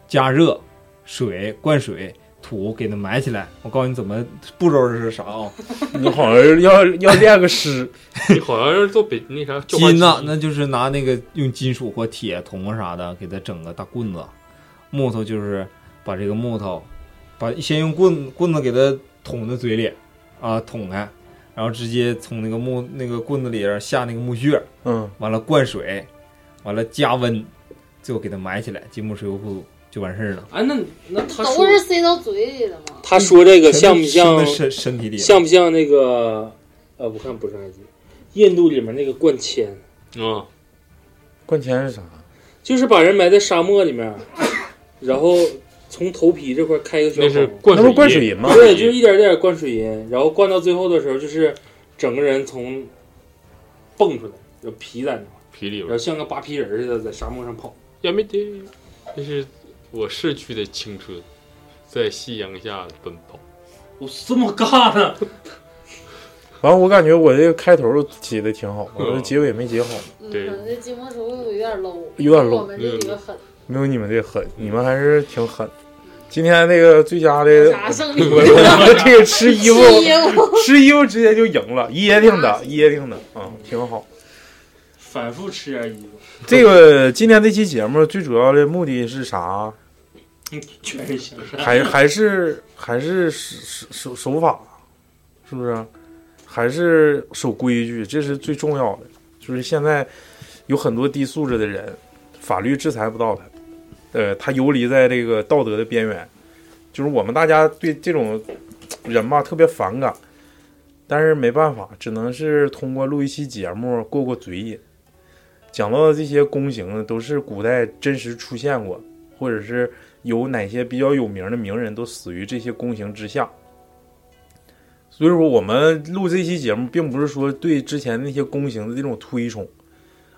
加热，水灌水，土给它埋起来。我告诉你怎么步骤是啥啊？你好像要要练个诗。你 好像是做北那啥叫花金呐、鸡那就是拿那个用金属或铁、铜啊啥的，给它整个大棍子。木头就是把这个木头，把先用棍棍子给它捅到嘴里，啊，捅开，然后直接从那个木那个棍子里边下那个木屑，嗯，完了灌水，完了加温，最后给它埋起来，金木水火土就完事儿了。哎，那那他都说是塞到嘴里的嘛。他说这个全像都伸到不像身身体里了？像不像那个呃，我看不是埃及，印度里面那个灌铅，啊，灌钱是啥？就是把人埋在沙漠里面， 然后从头皮这块开一个小那是孔。灌那不水是灌水银吗？对，就是一点点灌水银，然后灌到最后的时候，就是整个人从蹦出来，有皮在那块儿，皮里然边后，像个扒皮人似的在沙漠上跑。也没得，那是我逝去的青春，在夕阳下奔跑。我这么干呢？完了，我感觉我这个开头起的挺好，我嗯这结尾没结好，嗯，对可能这金木水火土有点 low，有点我 low，们这几个狠，没有你们这狠，你们还是挺狠。今天那个最佳的， 啥胜利？我们这个吃衣服，七 我吃衣服直接就赢了，噎挺的，噎挺的，啊，挺好。反复吃点衣服，这个今天这期节目最主要的目的是啥？全是香山。还还是还是守守守法，是不是？还是守规矩，这是最重要的。就是现在有很多低素质的人，法律制裁不到他，呃，他游离在这个道德的边缘。就是我们大家对这种人吧特别反感，但是没办法，只能是通过录一期节目过过嘴瘾。讲到的这些宫刑呢，都是古代真实出现过，或者是有哪些比较有名的名人都死于这些宫刑之下。所以说，我们录这期节目，并不是说对之前那些宫刑的这种推崇，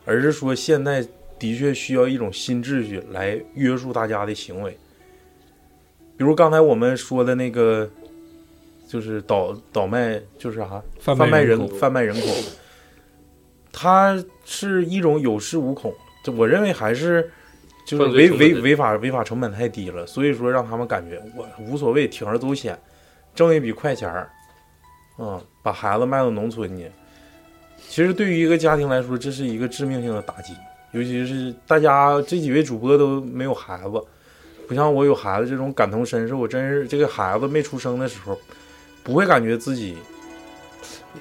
而是说现在的确需要一种新秩序来约束大家的行为。比如刚才我们说的那个，就是倒倒卖，就是啥、贩贩卖人人口贩卖人口，它是一种有恃无恐。这我认为还是就是犯罪违成本违太低违法违法成本太低了，所以说让他们感觉我无所谓，铤而走险，挣一笔快钱儿，嗯，把孩子卖到农村去。其实对于一个家庭来说，这是一个致命性的打击，尤其是大家这几位主播都没有孩子，不像我有孩子这种感同身受，真是这个孩子没出生的时候，不会感觉自己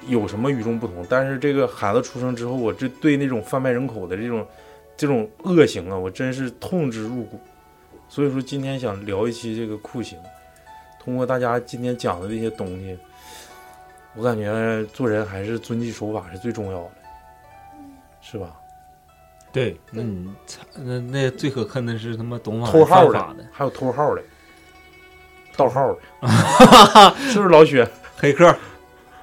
有什么与众不同，但是这个孩子出生之后，我这对那种贩卖人口的这种这种恶行啊，我真是痛之入骨。所以说今天想聊一期这个酷刑，通过大家今天讲的这些东西，我感觉做人还是遵纪守法是最重要的，是吧？对，那你操那那最可恨的是他妈懂法偷号犯的法的，还有偷号的、盗号的，是不是老雪？黑客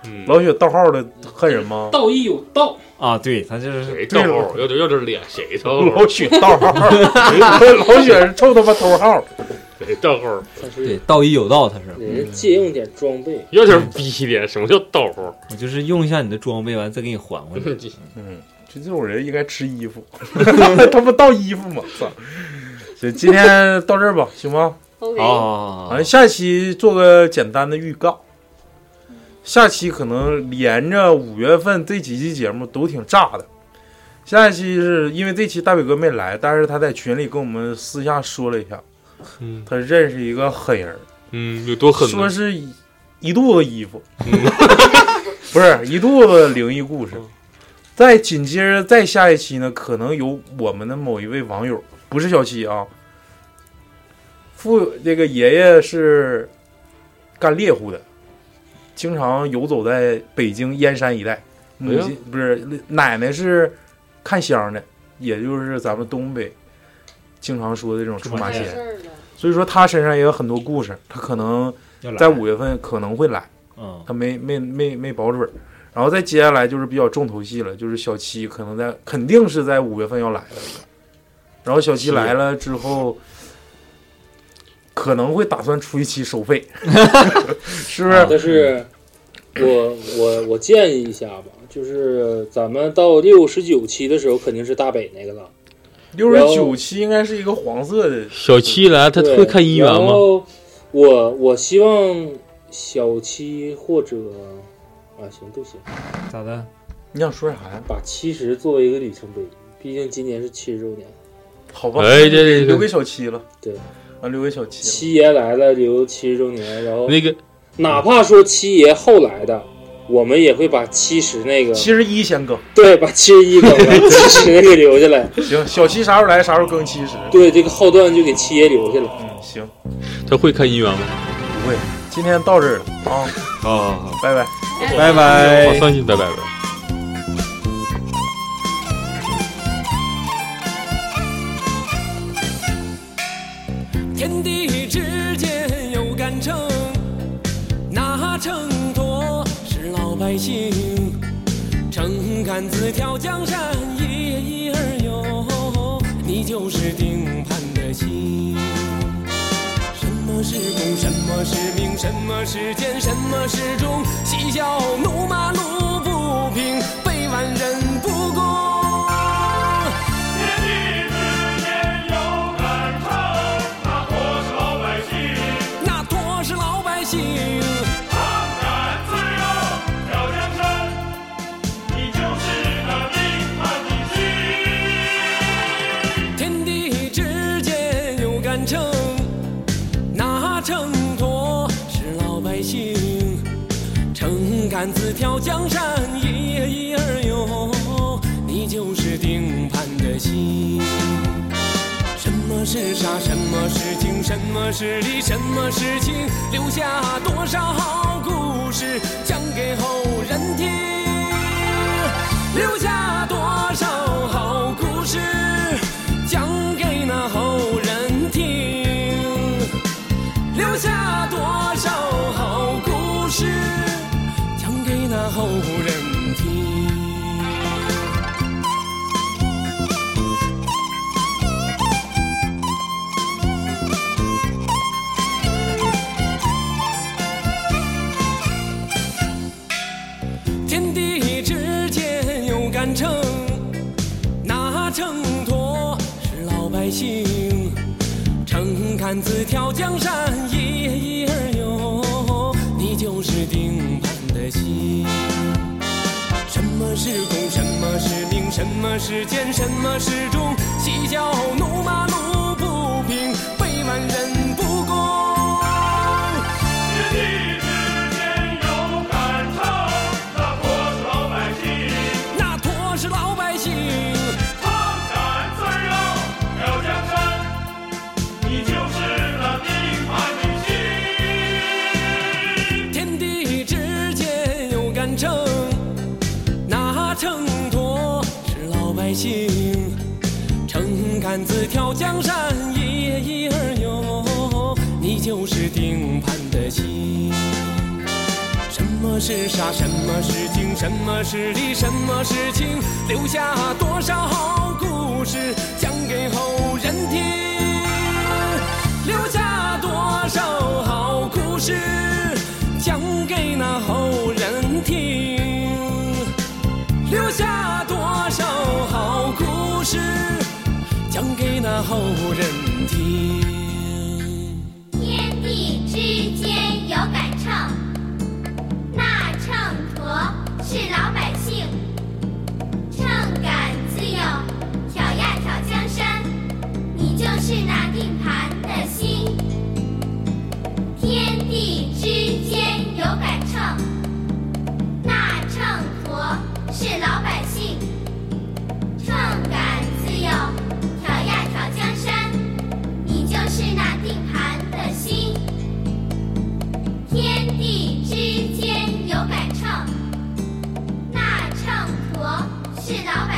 嗯，老雪盗号的恨人吗？道义有道，啊，对他就是谁照顾？要点要点脸，谁 照顾？老雪盗号，老雪是臭他妈偷号。谁照顾？他是对道义有道，他是人家借用点装备，要点逼脸，什么叫逗？我就是用一下你的装备，完再给你还回 来。嗯，就这种人应该吃衣服， 他不盗衣服吗？操！行，今天到这儿吧，行吗？ OK，啊好，下期做个简单的预告。下期可能连着五月份这几期节目都挺炸的。下一期是因为这期大伟哥没来，但是他在群里跟我们私下说了一下，嗯他认识一个狠人，嗯，有多狠呢？说是一一肚子衣服，嗯 不是一肚子灵异故事嗯。再紧接着再下一期呢，可能有我们的某一位网友，不是小七啊，父这个爷爷是干猎户的，经常游走在北京燕山一带。母哎亲、不是奶奶是看香的，也就是咱们东北经常说的这种出马出马太仙事仙，儿了，所以说他身上也有很多故事，他可能要来在五月份可能会来。哦嗯，他没没没没保准儿。然后再接下来就是比较重头戏了，就是小七可能在肯定是在五月份要来的。然后小七是来了之后，可能会打算出一期收费，是不是？但是我我我建议一下吧，就是咱们到六十九期的时候，肯定是大北那个了。六十九期应该是一个黄色的，小七来，他对会看姻缘然吗？后我我希望小七或者啊行都行，咋的？你想说啥呀？把七十作为一个里程碑，毕竟今年是七十周年。好吧，哎这这这留给小七了，对啊，留给小七了。七爷来了，留七十周年，然后那个哪怕说七爷后来的，我们也会把七十那个七十一先更，对，把七十一更了，七十那个留下来，行，小七啥时候来啥时候更七十，对这个后段就给七爷留下来。嗯，行，他会看姻缘吗？不会，今天到这儿了啊，啊，拜拜。拜拜好，。伤心，拜拜拜拜。天地之间有杆秤，那秤砣是老百姓，秤杆子挑江山，一页一页儿有，你就是定盘的心。什么是功，什么是名，什么是奸，什么是忠？嬉笑怒骂路不平，被万人不公。那多是老百姓。天地之间有杆秤，那秤砣是老百姓。秤杆子挑江山，一页一页儿有，你就是定盘的心。什么是傻，什么是情，什么是理，什么是情，留下多少好故事讲给后人听，留下多少好故事讲给那后人听，留下多少好故事讲给那后人听。天地之间有杆秤，那秤砣是老百姓。秤杆子挑江山，一页一页儿有，你就是定盘的心。什么是功，什么是名，什么是奸，什么是忠？嬉笑怒骂路不平，被万人不公。那坨是老百姓，自杆子跳江山，一叶一儿哟，你就是定盘的心。什么是傻？什么是精？什么是理？什么是情？留下多少好故事，讲给后人听。留下多少好故事，讲给那后人听。留下多少好故事，讲给那后人听。天地之间有杆秤，那秤砣是老百姓。秤杆自有挑呀挑江山，你就是那定盘的心。天地之间有杆秤，那秤砣是老百姓。秤杆自有挑呀挑江山，你就是那定盘的心。天地之间有杆秤，那秤砣是老百。